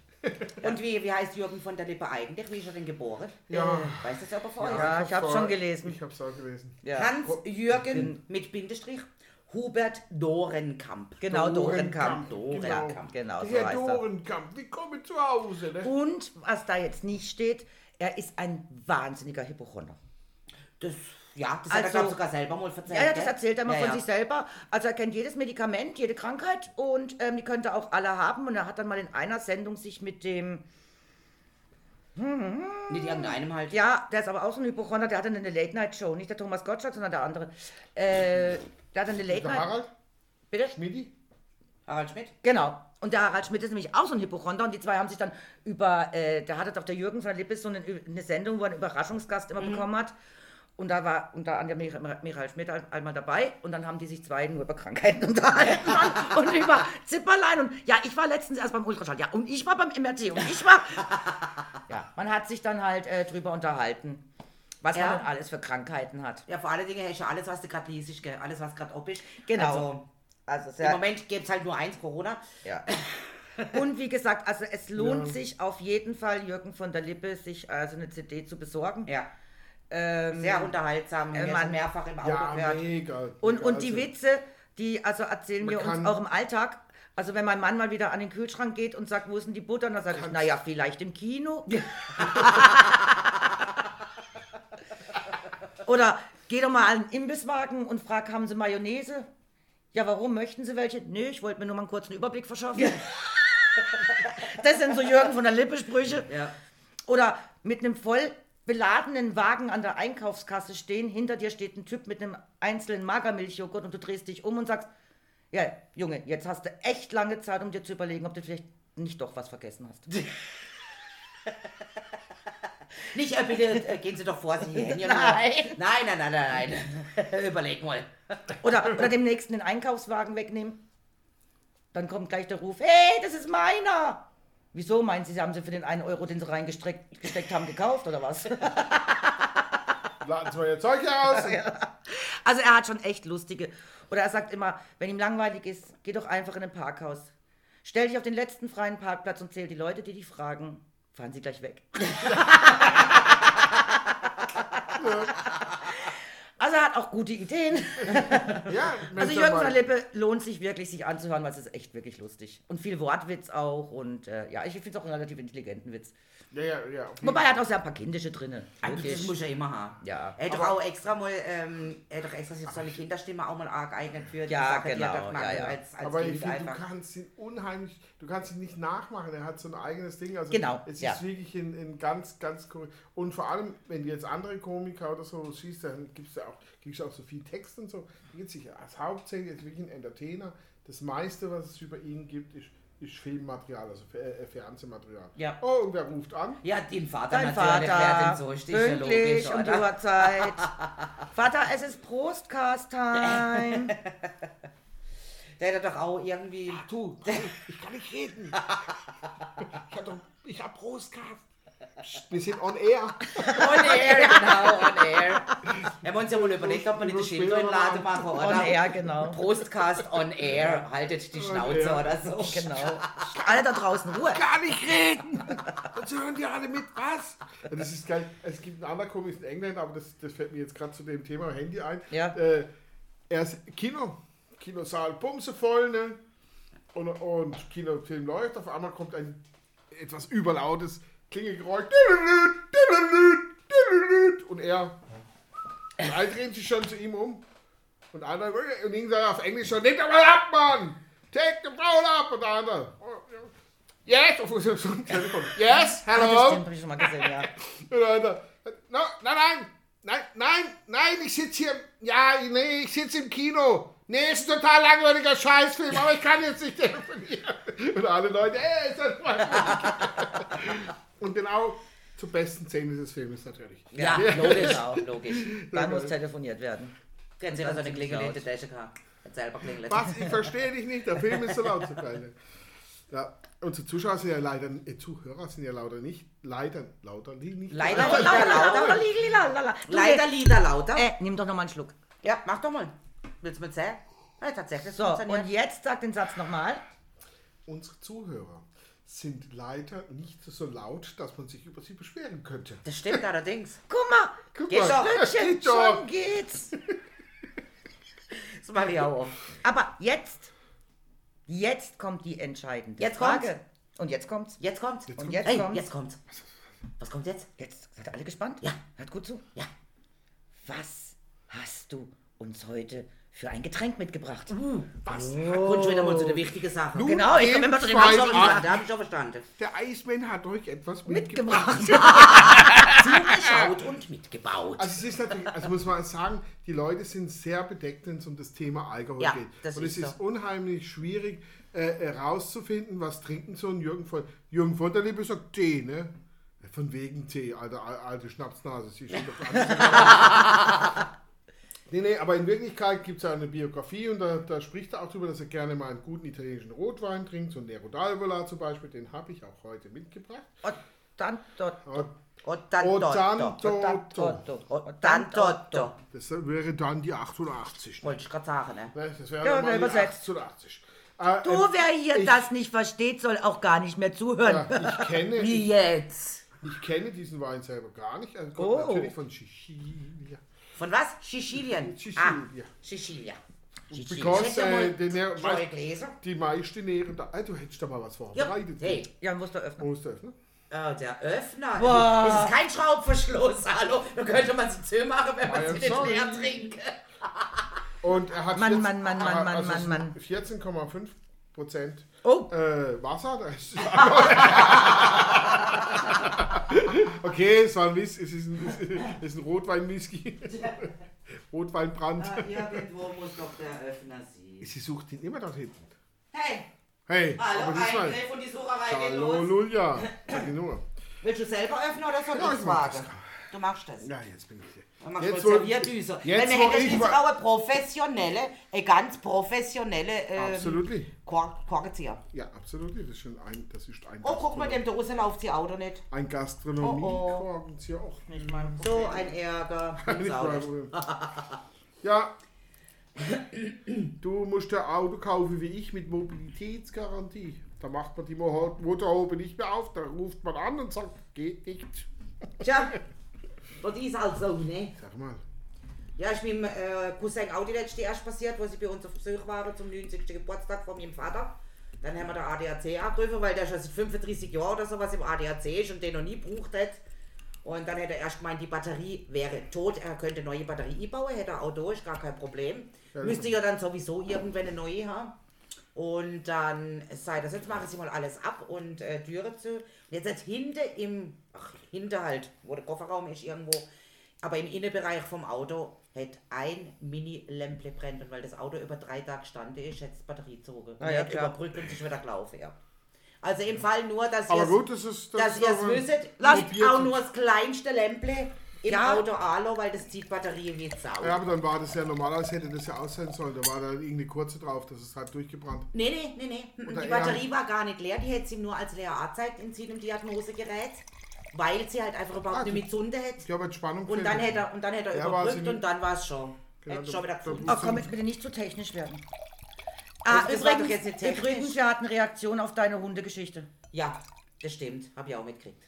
[SPEAKER 1] Und wie, wie heißt Jürgen von der Lippe eigentlich? Wie ist er denn geboren?
[SPEAKER 3] Ja.
[SPEAKER 1] Weißt du es aber vorher?
[SPEAKER 2] Ja,
[SPEAKER 3] hab
[SPEAKER 2] ich hab's
[SPEAKER 3] vor-
[SPEAKER 2] schon gelesen.
[SPEAKER 3] Ich hab's auch gelesen.
[SPEAKER 2] Ja.
[SPEAKER 1] Hans-Jürgen mit Bindestrich Hubert Dorenkamp.
[SPEAKER 2] Genau, Dorenkamp.
[SPEAKER 3] Dorenkamp,
[SPEAKER 2] Dorenkamp, genau, so
[SPEAKER 3] Herr
[SPEAKER 2] heißt er.
[SPEAKER 3] Dorenkamp, willkommen zu Hause, ne?
[SPEAKER 2] Und was da jetzt nicht steht, er ist ein wahnsinniger Hypochonder.
[SPEAKER 1] Das, ja, das hat er
[SPEAKER 2] Also-
[SPEAKER 1] glaube ich sogar selber mal erzählt.
[SPEAKER 2] Ja, ja,
[SPEAKER 1] gell?
[SPEAKER 2] das erzählt er mal
[SPEAKER 1] Ja,
[SPEAKER 2] von
[SPEAKER 1] ja.
[SPEAKER 2] sich selber. Also er kennt jedes Medikament, jede Krankheit und ähm, die könnte auch alle haben. Und er hat dann mal in einer Sendung sich mit dem,
[SPEAKER 1] Mit irgendeinem halt.
[SPEAKER 2] ja, der ist aber auch so ein Hypochonder, der hatte eine Late-Night-Show, nicht der Thomas Gottschalk, sondern der andere. Äh, der hatte eine
[SPEAKER 3] Der
[SPEAKER 2] Late-Night...
[SPEAKER 3] Harald
[SPEAKER 2] Bitte?
[SPEAKER 3] Schmidi?
[SPEAKER 1] Harald Schmidt?
[SPEAKER 2] Genau. Und der Harald Schmidt ist nämlich auch so ein Hypochonder und die zwei haben sich dann über, äh, da hatte doch der Jürgen von der Lippe so eine, eine Sendung, wo er einen Überraschungsgast
[SPEAKER 1] Mhm.
[SPEAKER 2] immer bekommen hat. Und da war unter anderem Mir- Michael Schmidt ein- einmal dabei und dann haben die sich zwei nur über Krankheiten unterhalten und, und über Zipperlein und ja, ich war letztens erst beim Ultraschall, ja, und ich war beim MRT und ich war... Ja, man hat sich dann halt äh, drüber unterhalten, was
[SPEAKER 1] Ja. Also,
[SPEAKER 2] man denn alles für Krankheiten hat.
[SPEAKER 1] Ja, vor allen Dingen hast du alles, was du gerade liest, gell? alles, was gerade ob ist.
[SPEAKER 2] Genau.
[SPEAKER 1] Also,
[SPEAKER 2] Also
[SPEAKER 1] Im
[SPEAKER 2] sehr,
[SPEAKER 1] Moment gibt es halt nur eins, Corona.
[SPEAKER 2] Ja. Und wie gesagt, also es lohnt sich auf jeden Fall, Jürgen von der Lippe, sich also eine CD zu besorgen.
[SPEAKER 1] Ja.
[SPEAKER 2] Ähm,
[SPEAKER 1] Sehr unterhaltsam. Äh,
[SPEAKER 2] man-
[SPEAKER 1] man mehrfach im Auto
[SPEAKER 3] Ja,
[SPEAKER 1] gehört.
[SPEAKER 3] mega.
[SPEAKER 2] und,
[SPEAKER 3] mega,
[SPEAKER 2] und die
[SPEAKER 3] also-
[SPEAKER 2] Witze, die also erzählen
[SPEAKER 3] Man
[SPEAKER 2] wir uns
[SPEAKER 3] kann-
[SPEAKER 2] auch im Alltag. Also wenn mein Mann mal wieder an den Kühlschrank geht und sagt, wo ist denn die Butter? Und dann sage ich, naja, vielleicht im Kino. Oder geh doch mal an den Imbisswagen und frag, haben Sie Mayonnaise? Ja, warum möchten Sie welche? Nö, ich wollte mir nur mal einen kurzen Überblick verschaffen. das sind so Jürgen von der Lippe-Sprüche.
[SPEAKER 1] Ja.
[SPEAKER 2] Oder mit einem voll beladenen Wagen an der Einkaufskasse stehen, hinter dir steht ein Typ mit einem einzelnen Magermilchjoghurt und du drehst dich um und sagst, ja, Junge, jetzt hast du echt lange Zeit, um dir zu überlegen, ob du vielleicht nicht doch was vergessen hast.
[SPEAKER 1] Nicht, äh, bitte, äh, gehen Sie doch vor, Sie nein.
[SPEAKER 2] Nein.
[SPEAKER 1] nein, nein, nein, nein, nein. Überleg mal.
[SPEAKER 2] Oder, oder dem nächsten den Einkaufswagen wegnehmen. Dann kommt gleich der Ruf, hey, das ist meiner. Wieso meinen Sie, Sie haben sie für den einen Euro, den Sie reingesteckt gesteckt haben, gekauft oder was?
[SPEAKER 3] Laden Sie mal Ihr Zeug hier aus.
[SPEAKER 2] Also er hat schon echt lustige. Oder er sagt immer, wenn ihm langweilig ist, geh doch einfach in ein Parkhaus. Stell dich auf den letzten freien Parkplatz und zähl die Leute, die dich fragen. Fahren sie gleich weg. also er hat auch gute Ideen.
[SPEAKER 3] Ja,
[SPEAKER 2] Also
[SPEAKER 3] Mensch,
[SPEAKER 2] Jürgen
[SPEAKER 3] aber-
[SPEAKER 2] von der Lippe lohnt sich wirklich, sich anzuhören, weil es ist echt wirklich lustig. Und viel Wortwitz auch. Und äh, ja, ich finde es auch einen relativ intelligenten Witz.
[SPEAKER 3] Ja, ja, ja. auf jeden
[SPEAKER 2] Wobei er hat auch sehr ein paar kindische drinne.
[SPEAKER 1] Das
[SPEAKER 2] Logisch.
[SPEAKER 1] muss ja immer haben.
[SPEAKER 2] Ja.
[SPEAKER 1] Er hat doch auch extra mal, ähm, er hat doch extra sich so eine Kinderstimme auch mal arg eingeführt.
[SPEAKER 2] Ja,
[SPEAKER 1] Die Sache, die er
[SPEAKER 2] genau,
[SPEAKER 1] doch gemacht
[SPEAKER 2] ja,
[SPEAKER 1] hat
[SPEAKER 2] ja.
[SPEAKER 1] Als, als
[SPEAKER 3] Aber ich
[SPEAKER 1] kind
[SPEAKER 3] finde, du
[SPEAKER 1] einfach.
[SPEAKER 3] kannst ihn unheimlich, du kannst ihn nicht nachmachen. Er hat so ein eigenes Ding. Also
[SPEAKER 2] Genau,
[SPEAKER 3] Es
[SPEAKER 2] ja.
[SPEAKER 3] ist wirklich in, in ganz, ganz cool. Und vor allem, wenn du jetzt andere Komiker oder so siehst, dann gibt es ja auch, gibt's auch so viel Text und so. Hier geht sich als Hauptsächlich jetzt wirklich ein Entertainer. Das meiste, was es über ihn gibt, ist, ist Filmmaterial, also Fe- äh, Fernsehmaterial.
[SPEAKER 1] Ja.
[SPEAKER 3] Oh, und wer ruft an?
[SPEAKER 1] Ja, den Vater
[SPEAKER 2] Dein
[SPEAKER 1] natürlich. Wer
[SPEAKER 2] Vater,
[SPEAKER 1] denn so ist, ist ja
[SPEAKER 2] pünktlich
[SPEAKER 1] logisch,
[SPEAKER 2] um die
[SPEAKER 1] oder?
[SPEAKER 2] Uhrzeit. Vater, es ist Prostcast-Time.
[SPEAKER 1] Der hat doch auch irgendwie.
[SPEAKER 3] Du, ich kann nicht reden. Ich hab, doch, ich hab Brust gehabt. Psst, Wir sind on air.
[SPEAKER 1] On air, genau, on air. Wir haben uns ja wohl überlegt, ob wir nicht eine Schindler-Laden machen, oder?
[SPEAKER 2] On air, genau.
[SPEAKER 1] Prostcast on air. Haltet die Schnauze
[SPEAKER 3] air.
[SPEAKER 1] oder so.
[SPEAKER 2] Genau. Alle da draußen, Ruhe.
[SPEAKER 3] Gar nicht reden! Jetzt hören die alle mit, was? Ja, Das ist geil. Es gibt einen anderen Komik in England, aber das, das fällt mir jetzt gerade zu dem Thema Handy ein.
[SPEAKER 2] Ja.
[SPEAKER 3] Äh, erst Kino. Kinosaal bumsevoll, ne? Und, und Kinofilm läuft. Auf einmal kommt ein etwas überlautes Klingelgeräusch. Dililüt, dililüt, dililüt. Und er. Und alle drehen sich schon zu ihm um. Und einer und ihn sagt auf Englisch schon, nimm doch mal ab, Mann! Take the phone ab! Und der andere. Yes! Auf unserem Telefon. Yes,
[SPEAKER 2] Das
[SPEAKER 3] hello!
[SPEAKER 2] stimmt, hab ich schon mal gesehen, ja.
[SPEAKER 3] Und der andere. No, nein, nein! Nein, nein, nein, ich sitze hier. Ja, nee, ich sitze im Kino. Nee, ist ein total langweiliger Scheißfilm, aber ich kann jetzt nicht telefonieren. Und alle Leute, ey, ist das voll Und genau zur besten Szene des Filmes natürlich.
[SPEAKER 1] Ja, logisch auch, logisch.
[SPEAKER 2] Da muss telefoniert werden.
[SPEAKER 1] Kennen Sie immer so eine Klingel in der Tasche gehabt? Hat selber klingelt.
[SPEAKER 3] Was? Ich verstehe dich nicht. Der Film ist so laut zu geil. Ja, unsere Zuschauer sind ja leider, äh, Zuhörer sind ja lauter nicht, leider lauter, die nicht.
[SPEAKER 1] Leider
[SPEAKER 2] Lauter,
[SPEAKER 1] Lieder
[SPEAKER 2] lauter,
[SPEAKER 1] lauter.
[SPEAKER 2] lauter, li- li- la- la- la. Du,
[SPEAKER 1] Leider Lieder lauter.
[SPEAKER 2] Äh, nimm doch nochmal einen Schluck.
[SPEAKER 1] Ja, mach doch mal. Willst du mal zählen? Ja, tatsächlich.
[SPEAKER 2] So,
[SPEAKER 1] funktioniert.
[SPEAKER 2] und jetzt sag den Satz nochmal.
[SPEAKER 3] Unsere Zuhörer sind leider nicht so laut, dass man sich über sie beschweren könnte.
[SPEAKER 1] Das stimmt allerdings.
[SPEAKER 2] Guck mal,
[SPEAKER 3] Guck
[SPEAKER 1] Geht doch,
[SPEAKER 3] das
[SPEAKER 2] Schön,
[SPEAKER 3] geht doch.
[SPEAKER 2] schon geht's.
[SPEAKER 1] Das mache ich auch auf.
[SPEAKER 2] Aber jetzt, jetzt kommt die entscheidende
[SPEAKER 1] Jetzt
[SPEAKER 2] Frage. Und jetzt kommt's.
[SPEAKER 1] Jetzt kommt's.
[SPEAKER 2] Und jetzt
[SPEAKER 1] hey,
[SPEAKER 2] kommt's.
[SPEAKER 1] jetzt kommt's. Was kommt jetzt?
[SPEAKER 2] Jetzt seid ihr alle gespannt?
[SPEAKER 1] Ja.
[SPEAKER 2] Hört gut zu.
[SPEAKER 1] Ja.
[SPEAKER 2] Was hast du uns heute für ein Getränk mitgebracht?
[SPEAKER 1] Was? Kommt schon wieder mal zu der wichtigen Sache.
[SPEAKER 3] Nun
[SPEAKER 2] Genau, ich komm immer zu dem
[SPEAKER 3] zwei
[SPEAKER 1] Hab ich schon
[SPEAKER 3] Arten.
[SPEAKER 1] verstanden, hab ich schon verstanden.
[SPEAKER 3] Der Eismann hat euch etwas mitgebracht.
[SPEAKER 2] Mitgebracht.
[SPEAKER 1] Zugeschaut und mitgebaut.
[SPEAKER 3] Also es ist natürlich, also muss man sagen, die Leute sind sehr bedeckt, wenn es um das Thema Alkohol
[SPEAKER 1] Ja,
[SPEAKER 3] geht.
[SPEAKER 1] das
[SPEAKER 3] und es
[SPEAKER 1] ist
[SPEAKER 3] ist unheimlich schwierig äh, herauszufinden, was trinken so ein Jürgen von Jürgen von der Lippe sagt Tee, ne? Von wegen Tee, alte, al- alte Schnapsnase. Sie steht auf der anderen Seite. Nee, nee, aber in Wirklichkeit gibt es ja eine Biografie und da, da spricht er auch darüber, dass er gerne mal einen guten italienischen Rotwein trinkt, so einen Nero d'Alvola zum Beispiel, den habe ich auch heute mitgebracht.
[SPEAKER 2] Und dann dort.
[SPEAKER 3] Und
[SPEAKER 1] Und dann
[SPEAKER 3] und dann
[SPEAKER 1] dort.
[SPEAKER 3] dort.
[SPEAKER 1] Und dann dort.
[SPEAKER 3] Das wäre dann die 88. Ne?
[SPEAKER 1] Wollte ich gerade sagen, ne?
[SPEAKER 3] Ne, Das wäre
[SPEAKER 2] Ja,
[SPEAKER 3] ja, mal
[SPEAKER 2] ne,
[SPEAKER 3] die
[SPEAKER 2] übersetzt.
[SPEAKER 3] 88. Äh,
[SPEAKER 2] Du, wer hier das nicht versteht, soll auch gar nicht mehr zuhören.
[SPEAKER 3] äh, ich, kenne,
[SPEAKER 1] Wie
[SPEAKER 3] ich,
[SPEAKER 1] jetzt?
[SPEAKER 3] ich kenne diesen Wein selber gar nicht. Er kommt
[SPEAKER 2] Oh. Ah.
[SPEAKER 3] natürlich von Sicilia.
[SPEAKER 1] Von was? Sicilien.
[SPEAKER 3] Sicilien.
[SPEAKER 1] Ah, Sicilia.
[SPEAKER 3] Because,
[SPEAKER 1] Hätte
[SPEAKER 3] äh,
[SPEAKER 1] mal
[SPEAKER 3] den mehr,
[SPEAKER 1] Zwei
[SPEAKER 3] weiß,
[SPEAKER 1] Gläser?
[SPEAKER 3] die meisten Nähren da. Äh, du hättest da mal was
[SPEAKER 1] Ja,
[SPEAKER 3] vorbereitet.
[SPEAKER 1] hey.
[SPEAKER 2] Ja, musst du öffnen.
[SPEAKER 3] Prost, öffnen.
[SPEAKER 1] Oh, der Öffner.
[SPEAKER 2] Boah.
[SPEAKER 1] Das ist kein Schraubverschluss, hallo. Da könnte man sie zu machen, wenn
[SPEAKER 3] I
[SPEAKER 1] man
[SPEAKER 3] am
[SPEAKER 1] sie nicht
[SPEAKER 3] sorry.
[SPEAKER 1] leer trinkt.
[SPEAKER 3] Und er hat
[SPEAKER 2] Mann,
[SPEAKER 3] 14
[SPEAKER 2] Mann, Mann, Mann, Mann,
[SPEAKER 3] also es
[SPEAKER 2] Mann, Mann.
[SPEAKER 3] sind 14,5 Prozent
[SPEAKER 2] Oh.
[SPEAKER 3] äh, Wasser. Da ist okay, es war ein Whisky, es ist ein, es ist ein Rotwein-Whisky.
[SPEAKER 2] Ah.
[SPEAKER 3] Rotweinbrand.
[SPEAKER 1] Irgendwo muss doch der Öffner sie.
[SPEAKER 3] Sie sucht ihn immer dort hinten.
[SPEAKER 1] Hey,
[SPEAKER 3] Hey,
[SPEAKER 1] hallo,
[SPEAKER 3] aber diesmal.
[SPEAKER 1] Eingriff und die Sucherei geht
[SPEAKER 3] Hallo,
[SPEAKER 1] los.
[SPEAKER 3] Lulia. Sag ich nur.
[SPEAKER 1] Willst du selber öffnen oder soll
[SPEAKER 3] Ja,
[SPEAKER 1] ich
[SPEAKER 3] ich
[SPEAKER 1] es
[SPEAKER 3] mach das.
[SPEAKER 1] wagen? Du machst das.
[SPEAKER 3] Ja, jetzt bin ich hier.
[SPEAKER 1] Dann machst
[SPEAKER 3] Jetzt,
[SPEAKER 1] du
[SPEAKER 3] wo,
[SPEAKER 1] eine Servierdüse. Weil
[SPEAKER 3] jetzt,
[SPEAKER 1] wir
[SPEAKER 3] wo
[SPEAKER 1] hätten
[SPEAKER 3] ich
[SPEAKER 1] jetzt
[SPEAKER 3] wa-
[SPEAKER 1] auch eine professionelle, eine ganz professionelle ähm,
[SPEAKER 3] absolut.
[SPEAKER 1] Kor- Korkenzieher.
[SPEAKER 3] Ja, absolut. Das ist schon ein. Das ist ein
[SPEAKER 1] Oh, guck mal, dem da draußen läuft sie Auto nicht.
[SPEAKER 3] Ein gastronomie
[SPEAKER 1] Oh, oh.
[SPEAKER 3] Korkenzieher auch.
[SPEAKER 1] So ein Ärger.
[SPEAKER 3] Nicht
[SPEAKER 1] Nimm's auch
[SPEAKER 3] mein
[SPEAKER 1] nicht.
[SPEAKER 3] Problem. Ja. Du musst ein Auto kaufen wie ich mit Mobilitätsgarantie. Da macht man die Mo- Motorhaube nicht mehr auf, da ruft man an und sagt, geht nicht.
[SPEAKER 1] Tja, das ist halt so, ne?
[SPEAKER 3] Sag mal.
[SPEAKER 1] Ja, ist meinem äh, Cousin auch die letzte erst passiert, wo sie bei uns auf Besuch waren zum 90. Geburtstag von meinem Vater. Dann haben wir den ADAC angerufen, weil der schon seit 35 Jahren oder sowas im ADAC ist und den noch nie gebraucht hat. Und dann hat er erst gemeint, die Batterie wäre tot, er könnte neue Batterie einbauen, hätte er auch durch, gar kein Problem. Müsste ja dann sowieso irgendwann eine neue haben. Und dann sei das, jetzt machen sie mal alles ab und äh, Türe zu. Und jetzt hat hinten im, ach, hinter halt, wo der Kofferraum ist irgendwo, aber im Innenbereich vom Auto hat ein Mini-Lämple brennt. Und weil das Auto über drei Tage stand, ist jetzt die Batterie gezogen.
[SPEAKER 2] Ah ja,
[SPEAKER 1] und
[SPEAKER 2] klar.
[SPEAKER 1] überbrückt und ist wieder gelaufen, ja. Also im Fall nur, dass
[SPEAKER 3] Aber
[SPEAKER 1] ihr
[SPEAKER 3] gut, das ist.
[SPEAKER 1] dass
[SPEAKER 3] ist
[SPEAKER 1] ihr es
[SPEAKER 3] aber-
[SPEAKER 1] wisst,
[SPEAKER 2] Lasst
[SPEAKER 1] lasst
[SPEAKER 3] probiert
[SPEAKER 1] auch
[SPEAKER 3] es.
[SPEAKER 1] nur das kleinste Lämple im
[SPEAKER 2] Ja.
[SPEAKER 1] Auto Alo, weil das zieht Batterie wie Sau.
[SPEAKER 3] Ja, aber dann war das ja normalerweise hätte das ja aussehen sollen. Da war da irgendeine kurze drauf, das ist halt durchgebrannt.
[SPEAKER 1] Nee, nee, nee, nee.
[SPEAKER 3] Oder
[SPEAKER 1] Die
[SPEAKER 3] eher-
[SPEAKER 1] Batterie war gar nicht leer, die hätte sie ihm nur als leer angezeigt in seinem Diagnosegerät. weil sie halt einfach überhaupt
[SPEAKER 3] Ah,
[SPEAKER 1] nicht
[SPEAKER 3] die-
[SPEAKER 1] mit Sunde hätte.
[SPEAKER 3] Ich habe Entspannung
[SPEAKER 1] Und dann hätte er, und dann hätte er
[SPEAKER 3] Ja, war sie
[SPEAKER 1] überbrückt
[SPEAKER 3] nicht-
[SPEAKER 1] und dann war es schon.
[SPEAKER 3] Genau,
[SPEAKER 1] hätte schon wieder
[SPEAKER 3] da-
[SPEAKER 1] gefunden.
[SPEAKER 3] da-
[SPEAKER 2] Ach Oh, komm, jetzt bitte nicht zu technisch werden.
[SPEAKER 1] Das-
[SPEAKER 2] Ah,
[SPEAKER 1] das war
[SPEAKER 2] übrigens,
[SPEAKER 1] doch jetzt nicht technisch.
[SPEAKER 2] übrigens, wir hatten Reaktion auf deine Hundegeschichte.
[SPEAKER 1] Ja, das stimmt. Habe ich auch mitgekriegt.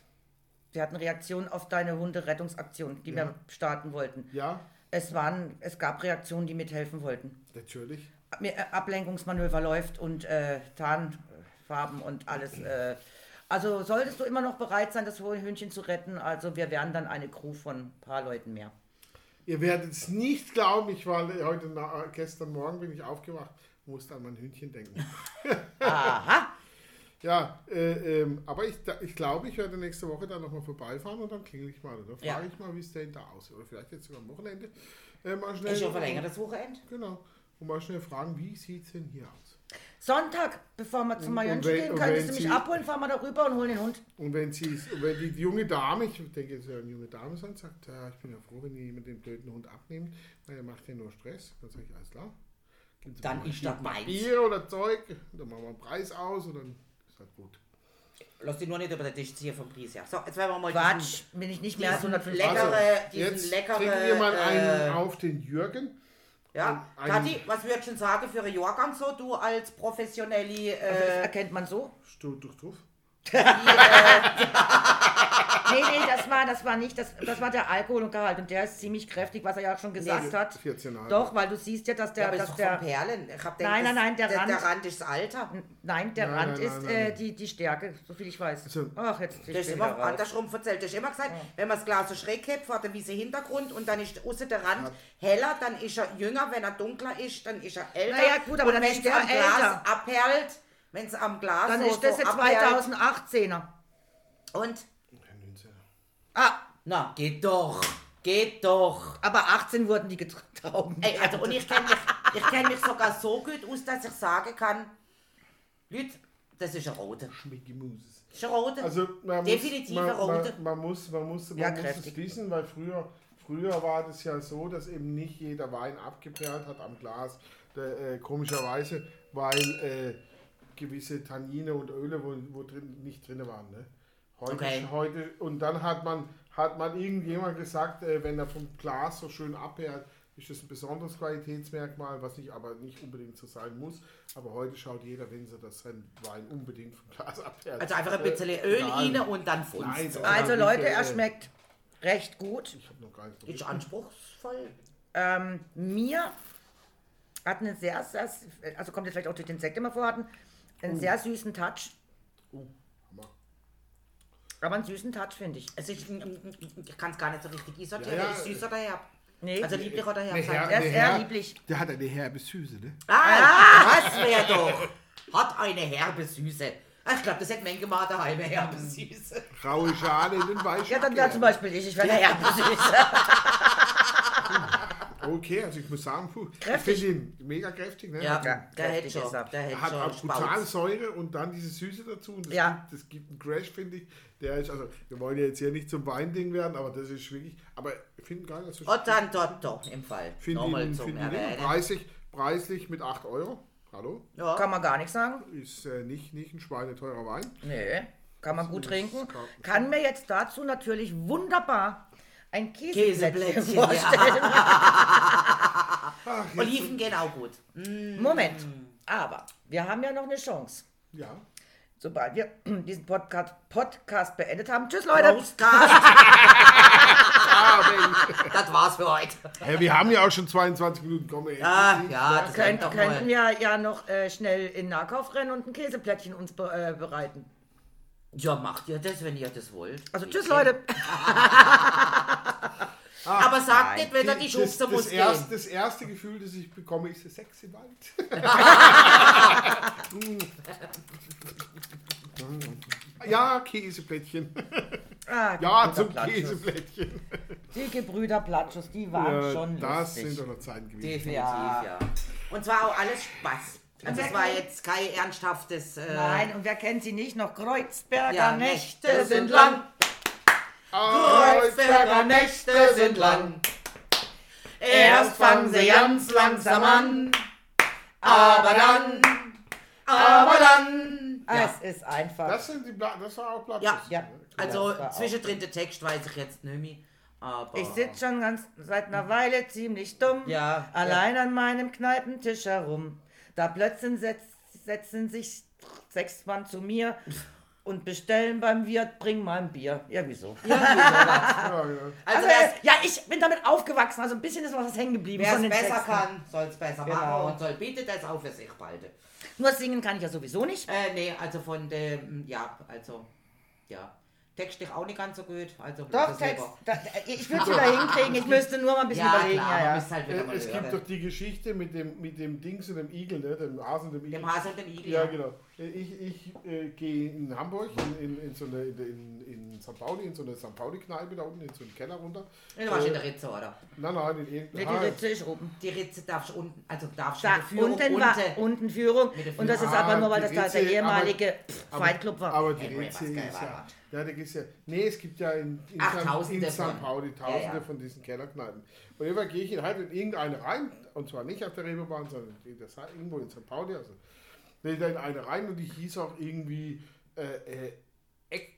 [SPEAKER 2] Wir hatten Reaktion auf deine Hunderettungsaktion, die wir starten wollten.
[SPEAKER 3] Ja,
[SPEAKER 2] Es, waren, es gab Reaktionen, die mithelfen wollten.
[SPEAKER 3] natürlich.
[SPEAKER 2] Ab- mir- äh, Ablenkungsmanöver läuft und äh, Tarnfarben und alles. Äh, also solltest du immer noch bereit sein, das hohe Hündchen zu retten. Also wir wären dann eine Crew von ein paar Leuten mehr.
[SPEAKER 3] Ihr werdet es nicht glauben, ich war heute, na- äh, gestern Morgen bin ich aufgewacht, musste an mein Hündchen denken.
[SPEAKER 2] Aha,
[SPEAKER 3] ja, äh, ähm, aber ich, da- ich glaube, ich werde nächste Woche dann nochmal vorbeifahren und dann klingel ich mal oder frage
[SPEAKER 1] Ja.
[SPEAKER 3] ich mal, wie es denn da aussieht. Oder vielleicht jetzt sogar am Wochenende äh, mal schnell.
[SPEAKER 1] Ist schon verlängertes Wochenende.
[SPEAKER 3] Genau. Und mal schnell fragen, wie sieht es denn hier aus?
[SPEAKER 2] Sonntag, bevor wir zum Majonchen
[SPEAKER 3] wenn-
[SPEAKER 2] gehen,
[SPEAKER 3] und
[SPEAKER 2] könntest
[SPEAKER 3] wenn
[SPEAKER 2] du mich
[SPEAKER 3] sie-
[SPEAKER 2] abholen, fahren wir da rüber und holen den Hund.
[SPEAKER 3] Und wenn sie und wenn die junge Dame, ich denke, es soll eine junge Dame sein, sagt, ja, ich bin ja froh, wenn ihr jemand den blöden Hund abnimmt, weil er macht ja nur Stress, dann sage ich, alles klar. Gibt's
[SPEAKER 1] Dann ist das meins.
[SPEAKER 3] Bier oder Zeug, dann machen wir einen Preis aus und dann ist das gut.
[SPEAKER 1] Lass dich nur nicht über den Tisch ziehen vom Preis her. So, jetzt werden wir mal
[SPEAKER 2] Quatsch, bin ich nicht mehr als
[SPEAKER 1] diesen
[SPEAKER 2] 150.
[SPEAKER 1] lecker- Leckere- diesen
[SPEAKER 3] Also, jetzt
[SPEAKER 1] leckere,
[SPEAKER 3] trinken wir mal
[SPEAKER 1] äh,
[SPEAKER 3] einen auf den Jürgen.
[SPEAKER 1] diesen- Ja,
[SPEAKER 3] Ein-
[SPEAKER 1] Kathi, was würdest du denn sagen für einen Jahrgang so, du als professionelle...
[SPEAKER 2] Also das
[SPEAKER 1] Äh,
[SPEAKER 2] erkennt man so.
[SPEAKER 3] Stuhl durch drauf.
[SPEAKER 2] Nee, nee, das war, das war nicht, das, das war der Alkoholgehalt und der ist ziemlich kräftig, was er ja auch schon gesagt
[SPEAKER 1] Nee,
[SPEAKER 2] hat.
[SPEAKER 3] 14,5.
[SPEAKER 2] Doch, weil du siehst ja, dass
[SPEAKER 1] ja,
[SPEAKER 2] der,
[SPEAKER 1] aber ist
[SPEAKER 2] dass
[SPEAKER 1] doch
[SPEAKER 2] der,
[SPEAKER 1] von Perlen. Ich hab gedacht,
[SPEAKER 2] Nein, nein, nein, der
[SPEAKER 1] das- der,
[SPEAKER 2] Rand.
[SPEAKER 1] der Rand ist das Alter.
[SPEAKER 2] nein, der
[SPEAKER 3] Nein,
[SPEAKER 2] Rand
[SPEAKER 3] nein,
[SPEAKER 2] ist
[SPEAKER 3] nein, nein.
[SPEAKER 2] Äh, die, die Stärke, so viel ich weiß.
[SPEAKER 3] Also-
[SPEAKER 2] Ach, jetzt ich
[SPEAKER 1] Das ist
[SPEAKER 2] bin
[SPEAKER 1] immer
[SPEAKER 2] wieder raus.
[SPEAKER 1] andersrum verzählt. Das ist immer gesagt, wenn man das Glas so schräg hebt, vor dem weißen Hintergrund und dann ist außen der Rand heller, dann ist er jünger. Wenn er dunkler ist, dann ist er älter.
[SPEAKER 2] Naja, gut, aber
[SPEAKER 1] und
[SPEAKER 2] dann
[SPEAKER 1] wenn
[SPEAKER 2] ist
[SPEAKER 1] es
[SPEAKER 2] der
[SPEAKER 1] am Glas
[SPEAKER 2] älter.
[SPEAKER 1] abperlt, wenn es am Glas
[SPEAKER 2] Dann
[SPEAKER 1] so,
[SPEAKER 2] ist das
[SPEAKER 1] so
[SPEAKER 2] jetzt
[SPEAKER 1] abperlt.
[SPEAKER 2] 2018er.
[SPEAKER 1] Und?
[SPEAKER 2] Ah,
[SPEAKER 1] Na, geht doch. Geht doch.
[SPEAKER 2] aber 18 wurden die getrunken.
[SPEAKER 1] Ey, also und ich kenne mich, ich kenn mich sogar so gut aus, dass ich sagen kann, Leute, das ist eine rote.
[SPEAKER 3] Mickey Mouse.
[SPEAKER 1] Das ist eine rote.
[SPEAKER 3] Also man
[SPEAKER 1] Definitiv
[SPEAKER 3] muss, man,
[SPEAKER 1] eine rote.
[SPEAKER 3] Man, man muss, man muss, man
[SPEAKER 2] Ja,
[SPEAKER 3] muss
[SPEAKER 2] kräftig.
[SPEAKER 3] es wissen, weil früher, früher war das ja so, dass eben nicht jeder Wein abgeperlt hat am Glas, Der, äh, komischerweise, weil äh, gewisse Tannine und Öle wo, wo drin nicht drin waren. Ne? Heute,
[SPEAKER 1] Okay.
[SPEAKER 3] heute und dann hat man hat man irgendjemand gesagt, äh, wenn er vom Glas so schön abperlt, ist das ein besonderes Qualitätsmerkmal, was nicht aber nicht unbedingt so sein muss. Aber heute schaut jeder, wenn sie das sein Wein unbedingt vom Glas abperlt.
[SPEAKER 1] Also einfach ein
[SPEAKER 3] Äh,
[SPEAKER 1] bisschen Öl
[SPEAKER 3] nein.
[SPEAKER 1] rein und dann Funst.
[SPEAKER 3] Nein,
[SPEAKER 2] Also
[SPEAKER 3] Nein,
[SPEAKER 2] Leute,
[SPEAKER 3] bitte,
[SPEAKER 2] er
[SPEAKER 3] äh,
[SPEAKER 2] schmeckt recht gut.
[SPEAKER 3] Ich habe noch gar nicht
[SPEAKER 1] Ist
[SPEAKER 3] probiert.
[SPEAKER 1] anspruchsvoll.
[SPEAKER 2] Ähm, mir hat einen sehr, sehr, also kommt jetzt vielleicht auch durch den Sekt, den wir vorhatten, einen
[SPEAKER 1] Oh.
[SPEAKER 2] sehr süßen Touch.
[SPEAKER 3] Hammer.
[SPEAKER 2] Aber einen süßen Touch, finde ich.
[SPEAKER 1] Es ist, ein- ein- ein- ich kann es gar nicht so richtig isolieren.
[SPEAKER 3] Ja, ja.
[SPEAKER 1] Ist süß oder herb?
[SPEAKER 2] Nee.
[SPEAKER 1] Also lieblich oder herb? sein.
[SPEAKER 2] Er ist eher lieblich.
[SPEAKER 3] Der hat eine herbe Süße, ne?
[SPEAKER 1] Ah, das wäre doch. Hat eine herbe Süße. Ah, Ich glaube, das hätte Menge mal daheim eine herbe
[SPEAKER 3] Mm.
[SPEAKER 1] Süße.
[SPEAKER 3] Graue Schale in den Weichen.
[SPEAKER 2] Ja, dann wäre zum Beispiel ich. Ich wäre der Erbensüße.
[SPEAKER 3] Okay, also ich muss sagen, puh,
[SPEAKER 2] Kräftig.
[SPEAKER 3] ich finde ihn mega kräftig, ne?
[SPEAKER 1] Ja,
[SPEAKER 3] Hat-
[SPEAKER 2] Ja,
[SPEAKER 1] der hätte
[SPEAKER 2] kräftig
[SPEAKER 1] schon.
[SPEAKER 2] ist er.
[SPEAKER 1] Der
[SPEAKER 3] Er
[SPEAKER 1] hätte
[SPEAKER 3] hat
[SPEAKER 1] schon.
[SPEAKER 3] auch brutal
[SPEAKER 1] Spaß.
[SPEAKER 3] Säure und dann diese Süße dazu. Und das,
[SPEAKER 2] Ja.
[SPEAKER 3] gibt, das gibt einen Crash, finde ich. Der ist, also, wir wollen ja jetzt hier nicht zum Weinding werden, aber das ist wirklich, aber ich finde ihn gar nicht so
[SPEAKER 1] Und dann dort doch im Fall.
[SPEAKER 3] Finde
[SPEAKER 1] Nochmal
[SPEAKER 3] ihn,
[SPEAKER 1] zum
[SPEAKER 3] finde ihn immer
[SPEAKER 1] Erwähnen.
[SPEAKER 3] preislich, preislich mit 8 Euro. Hallo?
[SPEAKER 1] Ja.
[SPEAKER 2] Kann man gar nicht sagen.
[SPEAKER 3] Ist äh, nicht, nicht ein schweineteurer Wein.
[SPEAKER 2] Nee. Kann man gut trinken.
[SPEAKER 3] kann-
[SPEAKER 2] Kann mir jetzt dazu natürlich wunderbar ein Käseplätzchen
[SPEAKER 1] Käseplätzchen,
[SPEAKER 2] vorstellen.
[SPEAKER 1] Oliven gehen auch gut.
[SPEAKER 2] Moment. Aber wir haben ja noch eine Chance.
[SPEAKER 3] Ja.
[SPEAKER 2] Sobald wir diesen Podcast, Podcast beendet haben. Tschüss, Leute.
[SPEAKER 1] Postcard,
[SPEAKER 3] Ah, Mensch.
[SPEAKER 1] das war's für heute.
[SPEAKER 3] Hey, wir haben ja auch schon 22 Minuten. Komm, ey.
[SPEAKER 1] Ah, ja, das
[SPEAKER 2] Könnt,
[SPEAKER 1] könnt doch
[SPEAKER 2] könnten
[SPEAKER 1] mal.
[SPEAKER 2] wir ja noch äh, schnell in den Nahkauf rennen und ein Käseplättchen uns be äh, bereiten.
[SPEAKER 1] Ja, macht ihr das, wenn ihr das wollt.
[SPEAKER 2] Also tschüss, Leute.
[SPEAKER 1] Aber sagt nicht, wenn ihr die
[SPEAKER 3] das,
[SPEAKER 1] Schubse muss
[SPEAKER 3] das,
[SPEAKER 1] gehen.
[SPEAKER 3] erste, das erste Gefühl, das ich bekomme, ist der Sex im Wald. ja, Käseblättchen.
[SPEAKER 2] Ah,
[SPEAKER 3] Ja,
[SPEAKER 2] Gebrüder
[SPEAKER 3] zum
[SPEAKER 2] Platschus.
[SPEAKER 3] Käseblättchen.
[SPEAKER 2] Die Gebrüder Platschus, die waren
[SPEAKER 3] Ja,
[SPEAKER 2] schon
[SPEAKER 3] Äh, das
[SPEAKER 2] lustig.
[SPEAKER 3] sind doch noch Zeiten gewesen.
[SPEAKER 1] Definitiv, ja. Und zwar auch alles Spaß. Also es war jetzt kein ernsthaftes... Äh,
[SPEAKER 2] Nein, und wer kennt sie nicht noch? Kreuzberger
[SPEAKER 1] Ja,
[SPEAKER 2] Nächte sind lang.
[SPEAKER 3] Ah,
[SPEAKER 1] Kreuzberger Nächte sind lang. Erst fangen sie ganz langsam an, aber dann, aber dann,
[SPEAKER 2] Es ist einfach.
[SPEAKER 3] Das, sind die Bla das war auch Blatt.
[SPEAKER 1] Ja,
[SPEAKER 2] ja.
[SPEAKER 1] Also
[SPEAKER 2] Das war auch-
[SPEAKER 1] zwischendrin der Text weiß ich jetzt nicht mehr. Aber
[SPEAKER 2] ich sitze schon ganz seit einer Weile ziemlich dumm,
[SPEAKER 1] Ja,
[SPEAKER 2] allein an meinem Kneipentisch herum. Da plötzlich setz, setzen sich sechs Mann zu mir und bestellen beim Wirt, bring mal ein Bier. Ja, wieso?
[SPEAKER 3] Ja, ja.
[SPEAKER 1] also,
[SPEAKER 2] Also,
[SPEAKER 1] also
[SPEAKER 2] ja, ich bin damit aufgewachsen, also ein bisschen ist was hängen geblieben.
[SPEAKER 1] wer
[SPEAKER 2] von
[SPEAKER 1] es
[SPEAKER 2] den
[SPEAKER 1] besser
[SPEAKER 2] Texten.
[SPEAKER 1] kann, soll es besser machen
[SPEAKER 2] Genau.
[SPEAKER 1] und soll bitte das auch für sich behalten.
[SPEAKER 2] Nur singen kann ich ja sowieso nicht.
[SPEAKER 1] Äh, nee, also von dem, ja, also, ja. Text ich auch nicht ganz so gut. Also
[SPEAKER 2] Doch,
[SPEAKER 1] das
[SPEAKER 2] Text.
[SPEAKER 1] selber.
[SPEAKER 2] Da, ich würde es wieder hinkriegen, ich müsste nur mal ein bisschen
[SPEAKER 1] Ja,
[SPEAKER 2] überlegen.
[SPEAKER 1] klar,
[SPEAKER 2] ja,
[SPEAKER 1] man
[SPEAKER 2] ja.
[SPEAKER 1] müsste halt wieder
[SPEAKER 3] Äh,
[SPEAKER 1] mal
[SPEAKER 3] Es gibt
[SPEAKER 1] hören.
[SPEAKER 3] doch die Geschichte mit dem, mit dem Dings und dem Igel, ne? dem Hasen und dem Igel.
[SPEAKER 1] Dem Hase und dem Igel.
[SPEAKER 3] Ja, genau. Ich, ich äh, gehe in Hamburg, in, in, in, so eine, in, in, in St. Pauli, in so eine St. Pauli-Kneipe da unten, in so einen Keller runter. Äh,
[SPEAKER 1] Du warst in der Ritze, oder?
[SPEAKER 3] Nein, nein, in, in,
[SPEAKER 2] Nee, die
[SPEAKER 3] ah,
[SPEAKER 2] Ritze ist oben.
[SPEAKER 1] Die Ritze darfst du unten, also darfst du
[SPEAKER 2] Da
[SPEAKER 1] mit der Führung
[SPEAKER 2] unten
[SPEAKER 1] unten.
[SPEAKER 2] war unten Führung.
[SPEAKER 1] Mit der
[SPEAKER 2] Und das ist
[SPEAKER 3] Führung.
[SPEAKER 2] aber nur,
[SPEAKER 3] Ah,
[SPEAKER 2] weil das
[SPEAKER 3] die
[SPEAKER 2] da der
[SPEAKER 3] Ritze,
[SPEAKER 2] ehemalige Pff,
[SPEAKER 3] aber-
[SPEAKER 2] Fight Club war.
[SPEAKER 3] Aber die
[SPEAKER 1] Henry
[SPEAKER 3] Ritze
[SPEAKER 1] was
[SPEAKER 3] ist
[SPEAKER 1] geil war,
[SPEAKER 3] ja,
[SPEAKER 1] was.
[SPEAKER 3] ja, da gibt's ja, nee, es gibt ja in, in,
[SPEAKER 1] Ach,
[SPEAKER 3] San-
[SPEAKER 1] Tausende
[SPEAKER 3] in
[SPEAKER 1] von.
[SPEAKER 3] St. Pauli tausende
[SPEAKER 1] Ja, ja.
[SPEAKER 3] von diesen Kellerkneipen. Und irgendwann gehe ich in, halt in irgendeine rein, und zwar nicht auf der Reeperbahn, sondern in der, Sa- irgendwo in St. Pauli. Also, bin ich da in eine rein und die hieß auch irgendwie äh, äh,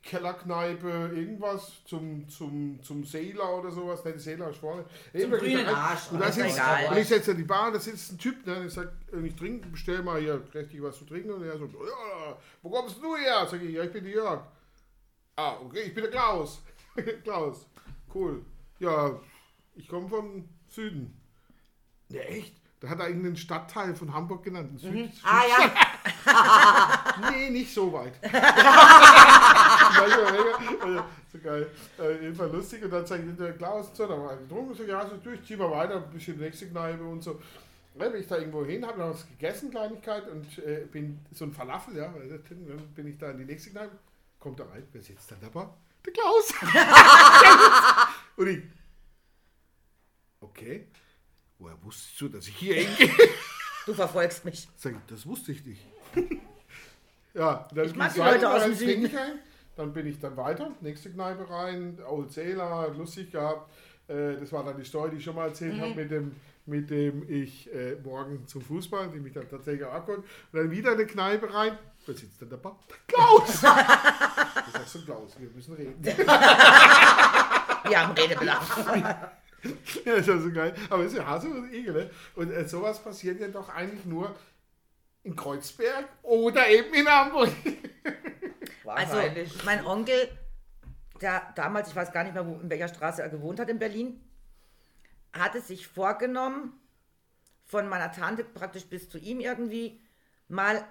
[SPEAKER 3] Eckkellerkneipe, irgendwas zum, zum, zum Seeler oder sowas. Nein, die Seeler ist vorne. Zum
[SPEAKER 1] grünen Arsch,
[SPEAKER 3] Und da
[SPEAKER 1] ist
[SPEAKER 3] sitzt,
[SPEAKER 2] egal.
[SPEAKER 3] und ich setze an die Bar, da sitzt ein Typ, ne, und ich sag, äh, ich trinke, bestell mal hier richtig was zu trinken. Und er so, ja, wo kommst du her? Sag ich, ja, ich bin der Jörg. Ah, okay, ich bin der Klaus. Klaus, cool. Ja, ich komme vom Süden. Ja, echt? Da hat er irgendeinen Stadtteil von Hamburg genannt. einen Süd
[SPEAKER 1] Ah ja,
[SPEAKER 3] Nee, nicht so weit. Manchmal länger, also, so geil. Äh, jedenfalls lustig. Und dann zeigt ich der Klaus so, da war ein getrunken. So, ja, so durch, zieh mal weiter, ein bisschen nächste Kneipe und so. Dann bin ich da irgendwo hin, habe noch was gegessen, Kleinigkeit, und äh, bin so ein Falafel, ja, weil das- dann bin ich da in die nächste Kneipe, kommt da rein, wer sitzt da dabei? Der Klaus! und ich, okay, woher wusstest du, dass ich hier hingehe?
[SPEAKER 2] Du verfolgst mich.
[SPEAKER 3] Sag ich, das wusste ich nicht. ja, dann
[SPEAKER 2] Ich mag
[SPEAKER 3] ging's
[SPEAKER 2] die Leute
[SPEAKER 3] weiter,
[SPEAKER 2] aus
[SPEAKER 3] dann
[SPEAKER 2] dem
[SPEAKER 3] trinke
[SPEAKER 2] Süden.
[SPEAKER 3] ich ein, Dann bin ich dann weiter, nächste Kneipe rein, Old Sailor, lustig gehabt. Äh, Das war dann die Story, die ich schon mal erzählt
[SPEAKER 2] Mhm.
[SPEAKER 3] habe, mit dem, mit dem ich äh, morgen zum Fußball, die mich dann tatsächlich auch abgeholt. Und dann wieder eine Kneipe rein. Wer sitzt denn da? Klaus! ich sag so, Klaus, wir müssen reden.
[SPEAKER 2] Wir haben Redebedarf.
[SPEAKER 3] Ja, ist ja so geil. Aber ist ja Hase und Igel, ne? Und äh, sowas passiert ja doch eigentlich nur in Kreuzberg oder eben in Hamburg.
[SPEAKER 2] Also, mein Onkel, der damals, ich weiß gar nicht mehr, wo, in welcher Straße er gewohnt hat in Berlin, hatte sich vorgenommen, von meiner Tante praktisch bis zu ihm irgendwie, mal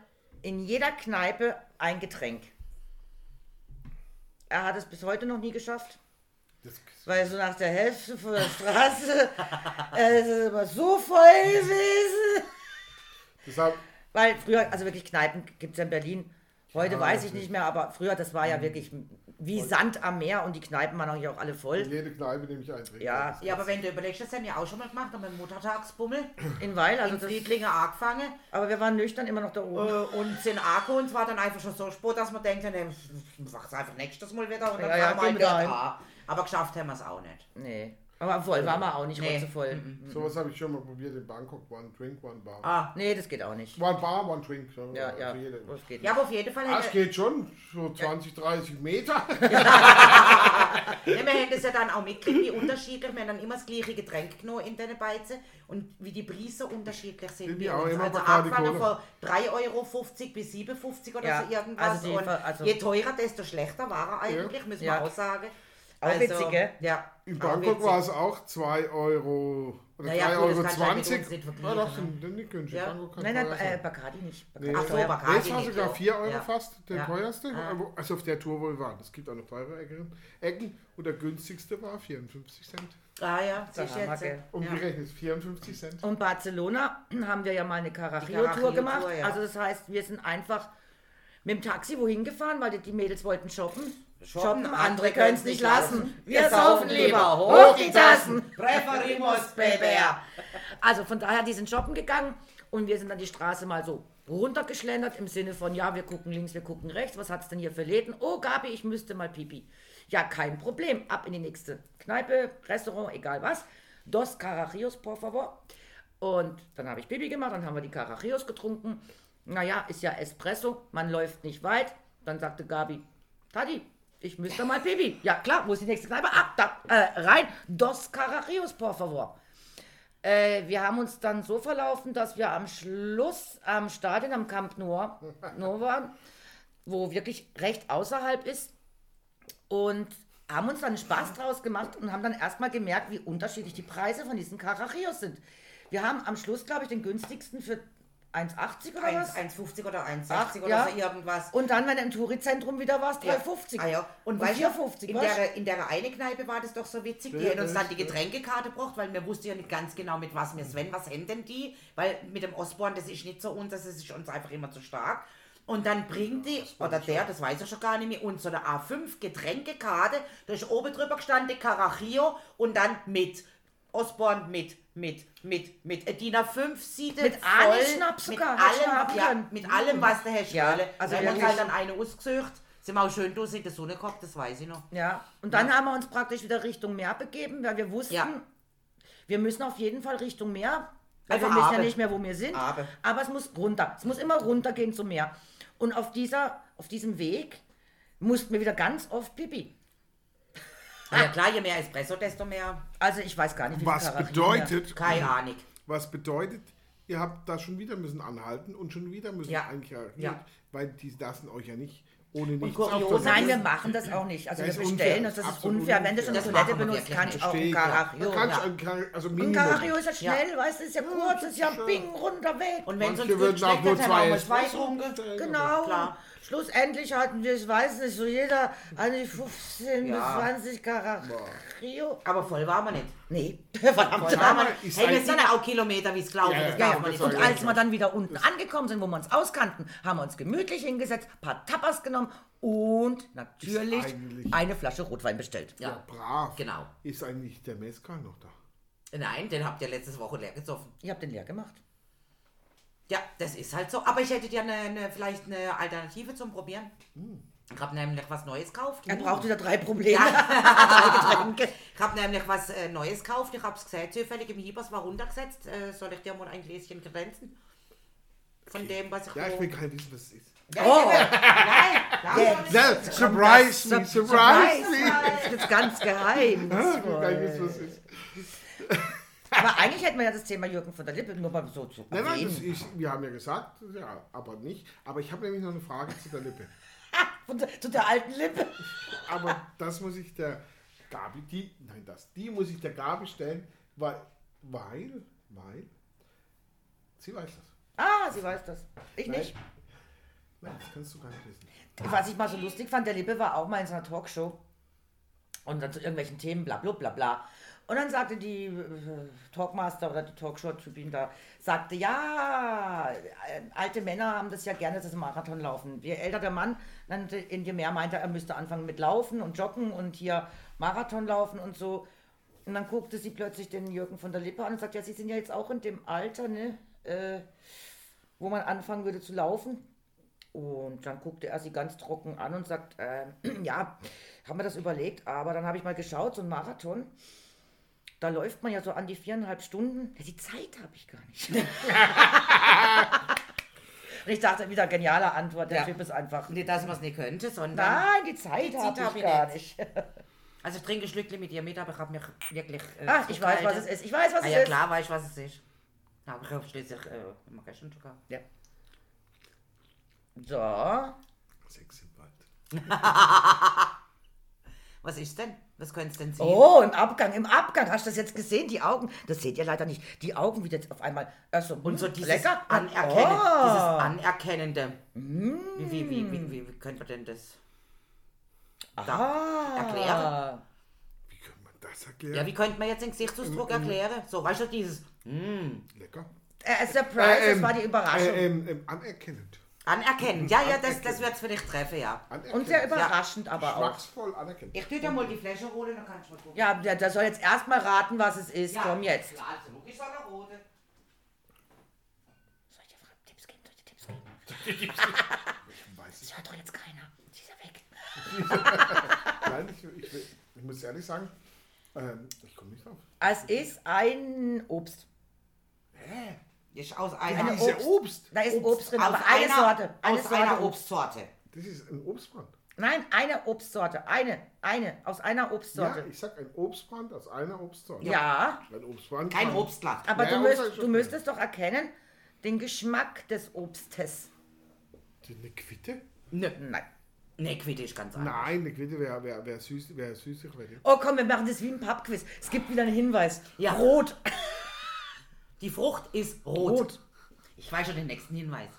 [SPEAKER 2] in jeder Kneipe ein Getränk. Er hat es bis heute noch nie geschafft.
[SPEAKER 3] Das,
[SPEAKER 2] Weil so nach der Hälfte von der Straße äh, es ist immer so voll gewesen.
[SPEAKER 3] deshalb,
[SPEAKER 2] Weil früher, also wirklich Kneipen gibt es ja in Berlin. Heute
[SPEAKER 3] Ja,
[SPEAKER 2] weiß
[SPEAKER 3] das
[SPEAKER 2] ich nicht mehr, aber früher, das war ja wirklich wie Sand am Meer und die Kneipen waren eigentlich auch alle voll.
[SPEAKER 3] jede Kneipe nehme ich ein.
[SPEAKER 2] Ja,
[SPEAKER 1] Also, ja, aber wenn du überlegst, das haben wir auch schon mal gemacht, haben wir einen Muttertagsbummel
[SPEAKER 2] in Oh. Weil, also
[SPEAKER 1] in
[SPEAKER 2] das,
[SPEAKER 1] Friedlinge angefangen
[SPEAKER 2] aber wir waren nüchtern immer noch da
[SPEAKER 1] äh,
[SPEAKER 2] oben.
[SPEAKER 1] und sind Akku und es war dann einfach schon so spät, dass man denkt, nee, mach's einfach nächstes Mal wieder und dann
[SPEAKER 2] Ja, ja,
[SPEAKER 1] kann man
[SPEAKER 2] komm
[SPEAKER 1] wieder
[SPEAKER 2] rein.
[SPEAKER 1] da. Aber geschafft haben wir es auch nicht.
[SPEAKER 2] Nee. Aber voll waren wir auch nicht,
[SPEAKER 1] Nee.
[SPEAKER 2] nee. Mhm. voll.
[SPEAKER 3] Sowas habe ich schon mal probiert in Bangkok. One drink, one bar.
[SPEAKER 1] Ah.
[SPEAKER 2] Nee, das geht auch nicht.
[SPEAKER 3] One bar, one drink.
[SPEAKER 2] Ja, ja,
[SPEAKER 3] Für jede.
[SPEAKER 2] das geht
[SPEAKER 1] Ja, aber auf jeden Fall
[SPEAKER 3] Das
[SPEAKER 1] hätte,
[SPEAKER 3] geht schon, so 20, 30 Meter.
[SPEAKER 1] nee, wir hätten es ja dann auch mitgekriegt, wie unterschiedlich. Wir haben dann immer das gleiche Getränk genommen in den Beizen und wie die Preise unterschiedlich sind.
[SPEAKER 3] Sind
[SPEAKER 1] bei
[SPEAKER 3] die auch
[SPEAKER 1] uns.
[SPEAKER 3] immer
[SPEAKER 1] also
[SPEAKER 3] Bacardi
[SPEAKER 1] angefangen von
[SPEAKER 3] Cola?
[SPEAKER 1] 3,50 Euro bis 7,50 oder
[SPEAKER 2] Ja,
[SPEAKER 1] so irgendwas.
[SPEAKER 2] also die
[SPEAKER 1] und
[SPEAKER 2] Ver- also-
[SPEAKER 1] je teurer, desto schlechter war er eigentlich, müssen wir
[SPEAKER 2] Ja.
[SPEAKER 1] auch sagen. Also,
[SPEAKER 2] Auch witzig, gell?
[SPEAKER 1] Ja.
[SPEAKER 3] In
[SPEAKER 1] auch
[SPEAKER 3] Bangkok
[SPEAKER 1] witzig.
[SPEAKER 3] war es auch 2 Euro oder 3,20
[SPEAKER 1] Naja,
[SPEAKER 3] Euro.
[SPEAKER 1] gut, das kannst du halt mit
[SPEAKER 3] 20.
[SPEAKER 1] uns nicht vergleichen,
[SPEAKER 3] ja, doch,
[SPEAKER 1] ne?
[SPEAKER 3] sind, sind nicht günstig.
[SPEAKER 1] Ja.
[SPEAKER 3] Bangkok kann
[SPEAKER 2] Nein, nein,
[SPEAKER 3] teuer
[SPEAKER 2] äh,
[SPEAKER 3] sein.
[SPEAKER 2] Bacardi nicht.
[SPEAKER 3] Nee.
[SPEAKER 2] Bacardi.
[SPEAKER 1] Ach so, Bacardi
[SPEAKER 3] Das war
[SPEAKER 1] nicht,
[SPEAKER 3] sogar
[SPEAKER 1] ja.
[SPEAKER 3] 4 Euro
[SPEAKER 1] Ja.
[SPEAKER 3] fast, der
[SPEAKER 1] Ja. Ah.
[SPEAKER 3] teuerste. Also auf der Tour wohl war. Es gibt auch noch teure Ecken. Ecken und der günstigste war 54 Cent.
[SPEAKER 1] Ah ja,
[SPEAKER 2] Da
[SPEAKER 1] siehst du
[SPEAKER 2] haben wir,
[SPEAKER 1] jetzt.
[SPEAKER 2] gell?
[SPEAKER 1] ja.
[SPEAKER 3] Umgerechnet 54 Cent.
[SPEAKER 2] Und Barcelona haben wir ja mal eine
[SPEAKER 1] Carajillo-Tour,
[SPEAKER 2] Carajillo-Tour gemacht.
[SPEAKER 1] ja.
[SPEAKER 2] Also das heißt, wir sind einfach mit dem Taxi wohin gefahren, weil die- die Mädels wollten shoppen. Shoppen, andere können es nicht lassen. Wir saufen lieber. Hoch die Tassen.
[SPEAKER 1] Preferimos, Baby.
[SPEAKER 2] Also von daher, die sind shoppen gegangen und wir sind dann die Straße mal so runtergeschlendert im Sinne von, ja, wir gucken links, wir gucken rechts. Was hat's denn hier für Läden? Oh, Gabi, ich müsste mal pipi. Ja, kein Problem. Ab in die nächste Kneipe, Restaurant, egal was. Dos Carajillos, por favor. Und dann habe ich Pipi gemacht, dann haben wir die Carajillos getrunken naja, ist ja Espresso, man läuft nicht weit. Dann sagte Gabi, Tati, ich müsste mal Pipi. Ja klar, wo ist die nächste Kneipe? Ab, da, äh, rein. Dos Carajos, por favor. Äh, wir haben uns dann so verlaufen, dass wir am Schluss am Stadion am Camp Nou Nou waren, wo wirklich recht außerhalb ist und haben uns dann Spaß draus gemacht und haben dann erstmal gemerkt, wie unterschiedlich die Preise von diesen Carajillos sind. Wir haben am Schluss, glaube ich, den günstigsten für 1,80 oder was?
[SPEAKER 1] 1,50 oder 1,60
[SPEAKER 2] Ach,
[SPEAKER 1] oder
[SPEAKER 2] ja.
[SPEAKER 1] so irgendwas.
[SPEAKER 2] Und dann, wenn du im Tourizentrum wieder warst, 3,50.
[SPEAKER 1] Ja. Ah, ja. Und,
[SPEAKER 2] Und,
[SPEAKER 1] weißt du,
[SPEAKER 2] 4,50,
[SPEAKER 1] in
[SPEAKER 2] was?
[SPEAKER 1] der, in der einen Kneipe war das doch so witzig, die
[SPEAKER 3] Ja,
[SPEAKER 1] hätten uns
[SPEAKER 3] das-
[SPEAKER 1] dann die Getränkekarte braucht, weil wir wussten ja nicht ganz genau, mit was wir Sven, was haben denn die? Weil mit dem Osborne, das ist nicht so uns, das ist uns einfach immer zu stark. Und dann bringt die, oder der, das weiß ich schon gar nicht mehr, uns so eine A5 Getränkekarte, da ist oben drüber gestanden, Carachio und dann mit. Osborne mit, mit, mit, mit. Äh, DIN A5 Siede.
[SPEAKER 2] Mit
[SPEAKER 1] voll,
[SPEAKER 2] Anschnaps
[SPEAKER 1] mit
[SPEAKER 2] sogar,
[SPEAKER 1] allem,
[SPEAKER 2] Schnaps
[SPEAKER 1] ja,
[SPEAKER 2] drin.
[SPEAKER 1] mit
[SPEAKER 2] Mhm.
[SPEAKER 1] allem, was der Herr
[SPEAKER 2] Ja,
[SPEAKER 1] ja,
[SPEAKER 2] also
[SPEAKER 1] Also wir haben uns
[SPEAKER 2] wirklich.
[SPEAKER 1] halt dann eine ausgesucht. Sind wir auch schön durch in der Sonne gekocht, das weiß ich noch.
[SPEAKER 2] Ja, und dann haben wir uns praktisch wieder Richtung Meer begeben, weil wir wussten,
[SPEAKER 1] Ja.
[SPEAKER 2] wir müssen auf jeden Fall Richtung Meer, weil wir
[SPEAKER 1] Also
[SPEAKER 2] wissen ja
[SPEAKER 1] Abe.
[SPEAKER 2] nicht mehr, wo wir sind.
[SPEAKER 1] Abe.
[SPEAKER 2] Aber es muss runter. Es muss immer runtergehen zum Meer. Und auf, dieser, auf diesem Weg mussten wir wieder ganz oft Pipi.
[SPEAKER 1] Na ja klar, je mehr Espresso, desto mehr.
[SPEAKER 2] Also ich weiß
[SPEAKER 1] Oh,
[SPEAKER 2] gar nicht, wie viele
[SPEAKER 3] Was
[SPEAKER 2] Kararien wir-
[SPEAKER 3] bedeutet,
[SPEAKER 1] Keine Ahnung.
[SPEAKER 3] was bedeutet, ihr habt da schon wieder müssen anhalten und schon wieder müssen
[SPEAKER 1] Ja.
[SPEAKER 3] einkehren.
[SPEAKER 1] Ja.
[SPEAKER 3] Weil die lassen euch ja nicht ohne nichts
[SPEAKER 1] kurios-
[SPEAKER 3] auf der
[SPEAKER 2] Nein, wir
[SPEAKER 3] Seite.
[SPEAKER 2] machen das auch nicht. Also
[SPEAKER 3] Das
[SPEAKER 2] wir
[SPEAKER 3] ist
[SPEAKER 2] bestellen
[SPEAKER 3] unfair.
[SPEAKER 2] uns, das ist
[SPEAKER 3] Absolut
[SPEAKER 2] unfair. Wenn du
[SPEAKER 3] unfair.
[SPEAKER 2] schon eine
[SPEAKER 1] Das
[SPEAKER 2] Toilette
[SPEAKER 1] machen wir
[SPEAKER 2] benutzt,
[SPEAKER 1] wirklich
[SPEAKER 2] kann ich
[SPEAKER 1] nicht.
[SPEAKER 2] auch Oh, ein
[SPEAKER 3] Verstehe ich, ja. Da
[SPEAKER 2] Karacho.
[SPEAKER 3] kannst
[SPEAKER 2] Ja.
[SPEAKER 3] du ein Kar- Also
[SPEAKER 2] Und
[SPEAKER 3] Minimum.
[SPEAKER 2] Karacho ist ja
[SPEAKER 1] Ja.
[SPEAKER 2] schnell, weißt du, ist ja kurz, ist ja
[SPEAKER 3] schon.
[SPEAKER 2] bing, runter, weg.
[SPEAKER 1] Und wenn es uns
[SPEAKER 3] Manche
[SPEAKER 1] gut
[SPEAKER 3] würden auch
[SPEAKER 1] schmeckt,
[SPEAKER 3] nur
[SPEAKER 1] dann haben wir
[SPEAKER 3] zwei
[SPEAKER 1] auch zwei
[SPEAKER 3] Espresso
[SPEAKER 1] getrunken.
[SPEAKER 2] Genau.
[SPEAKER 1] Klar.
[SPEAKER 2] Schlussendlich hatten wir, ich weiß nicht, so jeder an die 15
[SPEAKER 1] Ja.
[SPEAKER 2] bis 20 Carachio.
[SPEAKER 1] Aber voll waren wir nicht.
[SPEAKER 2] Nee,
[SPEAKER 1] Voll
[SPEAKER 2] verdammt.
[SPEAKER 1] waren wir
[SPEAKER 3] ist
[SPEAKER 1] nicht. Hey, wir
[SPEAKER 3] eigentlich-
[SPEAKER 1] sind ja auch Kilometer, wie es glaubt.
[SPEAKER 3] Ja,
[SPEAKER 1] das
[SPEAKER 3] ja,
[SPEAKER 1] darf
[SPEAKER 2] Ja,
[SPEAKER 1] man
[SPEAKER 2] ja.
[SPEAKER 1] nicht
[SPEAKER 2] Und
[SPEAKER 1] vergessen.
[SPEAKER 2] als wir dann wieder unten angekommen sind, wo wir uns auskannten, haben wir uns gemütlich hingesetzt, ein paar Tapas genommen und natürlich
[SPEAKER 3] Ist eigentlich-
[SPEAKER 2] eine Flasche Rotwein bestellt.
[SPEAKER 1] Ja.
[SPEAKER 3] Brav.
[SPEAKER 1] Genau.
[SPEAKER 3] Ist eigentlich der Mezcal noch da?
[SPEAKER 1] Nein, den habt ihr letztes Woche leer gesoffen.
[SPEAKER 2] Ich habe den leer gemacht.
[SPEAKER 1] Ja, das ist halt so. Aber ich hätte ja ne, ne, vielleicht eine Alternative zum Probieren. Ich habe nämlich was Neues gekauft.
[SPEAKER 2] Er braucht wieder drei Probleme.
[SPEAKER 1] Ich habe nämlich was äh, Neues gekauft. Ich habe es gesehen, zufällig im Hiebers war runtergesetzt. Äh, soll ich dir mal ein Gläschen grenzen? Von dem, was ich
[SPEAKER 3] Ja, ich
[SPEAKER 1] wo-
[SPEAKER 3] will gar nicht wissen, was es ist.
[SPEAKER 2] Oh.
[SPEAKER 1] Nein, nein.
[SPEAKER 3] Ja, surprise me, surprise, me.
[SPEAKER 2] Das ist ganz geheim.
[SPEAKER 3] Ich will gar nicht wissen, was es ist.
[SPEAKER 2] Aber eigentlich hätten wir ja das Thema Jürgen von der Lippe nur mal so zu
[SPEAKER 3] Nein, nein,
[SPEAKER 2] erwähnen.
[SPEAKER 3] das ist, wir haben ja gesagt, ja, aber nicht. Aber ich habe nämlich noch eine Frage zu der Lippe.
[SPEAKER 2] Von der, zu der alten Lippe.
[SPEAKER 3] Aber das muss ich der Gabi, die, nein, das, die muss ich der Gabi stellen, weil, weil, weil, sie weiß das.
[SPEAKER 2] Ah, sie weiß das. Ich nicht.
[SPEAKER 3] Nein, das kannst du gar nicht wissen.
[SPEAKER 2] Was ich mal so lustig fand, der Lippe war auch mal in so einer Talkshow. Und dann zu irgendwelchen Themen, bla bla bla bla. Und dann sagte die äh, Talkmaster oder die Talkshow-Typin da, sagte, ja, äh, alte Männer haben das ja gerne, dass sie einen Marathon laufen. Je älter der Mann, dann in je mehr meinte er, er müsste anfangen mit Laufen und Joggen und hier Marathon laufen und so. Und dann guckte sie plötzlich den Jürgen von der Lippe an und sagte, ja, Sie sind ja jetzt auch in dem Alter, ne, äh, wo man anfangen würde zu laufen. Und dann guckte er sie ganz trocken an und sagt, ähm, ja, haben wir das überlegt, aber dann habe ich mal geschaut, so ein Marathon, da läuft man ja so an die viereinhalb Stunden. Ja, die Zeit habe ich gar nicht. und ich dachte, wieder geniale Antwort, der
[SPEAKER 1] Ja.
[SPEAKER 2] Typ ist einfach,
[SPEAKER 1] Nicht, dass man es nicht könnte, sondern.
[SPEAKER 2] nein, die Zeit
[SPEAKER 1] Zeit
[SPEAKER 2] habe ich,
[SPEAKER 1] hab ich
[SPEAKER 2] gar nicht.
[SPEAKER 1] Also, ich trinke ein Schlückchen mit dir mit, aber ich habe mich wirklich. Äh,
[SPEAKER 2] Ach, Ah, ich weiß, was es ist, ich weiß, was
[SPEAKER 1] Ah,
[SPEAKER 2] es
[SPEAKER 1] ja,
[SPEAKER 2] ist.
[SPEAKER 1] klar, weiß ich, was es ist. Aber ich habe schließlich äh, immer gestern sogar.
[SPEAKER 2] Ja. So,
[SPEAKER 3] Sex im Wald.
[SPEAKER 1] Was ist denn? Was könnte es denn sein?
[SPEAKER 2] Oh, im Abgang, im Abgang. Hast du das jetzt gesehen? Die Augen, das seht ihr leider nicht. Die Augen wieder auf einmal. Erst so,
[SPEAKER 1] Und so
[SPEAKER 2] hm,
[SPEAKER 1] dieses
[SPEAKER 2] lecker.
[SPEAKER 1] Anerkennen, dieses
[SPEAKER 2] Oh.
[SPEAKER 1] Anerkennende. Wie, wie, wie,
[SPEAKER 2] Mm.
[SPEAKER 1] wie, wie, wie könnte man denn das da erklären?
[SPEAKER 2] Ah.
[SPEAKER 3] Wie kann man das erklären?
[SPEAKER 1] Ja, wie könnte man jetzt den Gesichtsausdruck erklären? So, weißt du, dieses
[SPEAKER 3] Lecker.
[SPEAKER 2] Äh, Surprise,
[SPEAKER 3] Äh,
[SPEAKER 2] das war die Überraschung.
[SPEAKER 3] äh, ähm, ähm, anerkennend.
[SPEAKER 1] Anerkennen. Ja, ja, das, das wird es für dich treffen, ja.
[SPEAKER 2] Und sehr
[SPEAKER 3] Anerkennend.
[SPEAKER 2] überraschend aber auch.
[SPEAKER 3] Schmacksvoll anerkennend.
[SPEAKER 1] Ich tue dir mal die Flasche holen, dann kannst du mal gucken.
[SPEAKER 2] Ja, der, der soll jetzt erstmal raten, was es ist. Komm jetzt.
[SPEAKER 1] Ja, also, logisch soll er rote.
[SPEAKER 2] Soll ich dir Tipps geben? Soll ich dir Tipps geben? Das hört doch jetzt keiner. Sie ist ja weg.
[SPEAKER 3] Nein, ich, ich, will- ich muss ehrlich sagen, ähm, ich komme nicht drauf.
[SPEAKER 2] Es ist ein Obst.
[SPEAKER 3] Hä?
[SPEAKER 1] Ist aus
[SPEAKER 3] Das
[SPEAKER 1] einer
[SPEAKER 3] ist ja
[SPEAKER 1] Obst,
[SPEAKER 3] Obst.
[SPEAKER 2] Da ist Obst, drin,
[SPEAKER 1] aus
[SPEAKER 2] aber eine
[SPEAKER 1] einer,
[SPEAKER 2] Sorte. Eine
[SPEAKER 1] Aus
[SPEAKER 2] Sorte
[SPEAKER 1] einer
[SPEAKER 2] Obst.
[SPEAKER 1] Obstsorte.
[SPEAKER 3] Das ist ein Obstbrand.
[SPEAKER 2] Nein, eine Obstsorte. Eine, eine, aus einer
[SPEAKER 3] Ja,
[SPEAKER 2] Obstsorte.
[SPEAKER 3] ich sag ein Obstbrand aus einer Obstsorte.
[SPEAKER 2] Ja,
[SPEAKER 3] Ein Obstbrand.
[SPEAKER 1] Kein
[SPEAKER 3] kann-
[SPEAKER 1] Obstland.
[SPEAKER 2] aber
[SPEAKER 3] Ja,
[SPEAKER 2] du,
[SPEAKER 3] ja,
[SPEAKER 2] müsst,
[SPEAKER 3] Obst ist
[SPEAKER 2] du
[SPEAKER 3] okay.
[SPEAKER 2] müsstest doch erkennen, den Geschmack des Obstes.
[SPEAKER 3] Eine Quitte?
[SPEAKER 1] Nö.
[SPEAKER 2] Nein.
[SPEAKER 1] Nee, Quitte ist ganz anders.
[SPEAKER 3] Nein, eine Quitte wäre wär, wär süß. Wär süß ich wär
[SPEAKER 2] Oh komm, wir machen das wie ein Pappquiz. Es gibt wieder einen Hinweis.
[SPEAKER 1] Ja.
[SPEAKER 2] Rot.
[SPEAKER 1] Die Frucht ist rot.
[SPEAKER 3] Rot.
[SPEAKER 1] Ich weiß schon den nächsten Hinweis.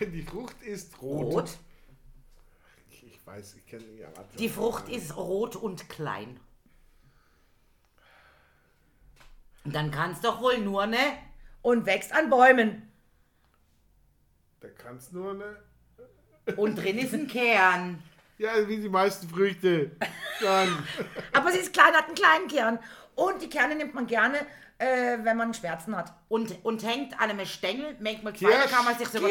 [SPEAKER 3] Äh, Die Frucht ist rot.
[SPEAKER 1] Rot.
[SPEAKER 3] Ich weiß, ich kenne ja warte.
[SPEAKER 1] Die Frucht ist rot und klein. Dann kann es doch wohl nur ne?
[SPEAKER 2] Und wächst an Bäumen.
[SPEAKER 3] Da kannst nur eine.
[SPEAKER 1] Und drin ist ein Kern.
[SPEAKER 3] Ja, wie die meisten Früchte. Dann.
[SPEAKER 2] Aber sie ist klein, hat einen kleinen Kern. Und die Kerne nimmt man gerne, äh, wenn man Schmerzen hat.
[SPEAKER 1] Und, und hängt an einem Stängel, manchmal zweite
[SPEAKER 3] Kirsch.
[SPEAKER 1] kann man sich sogar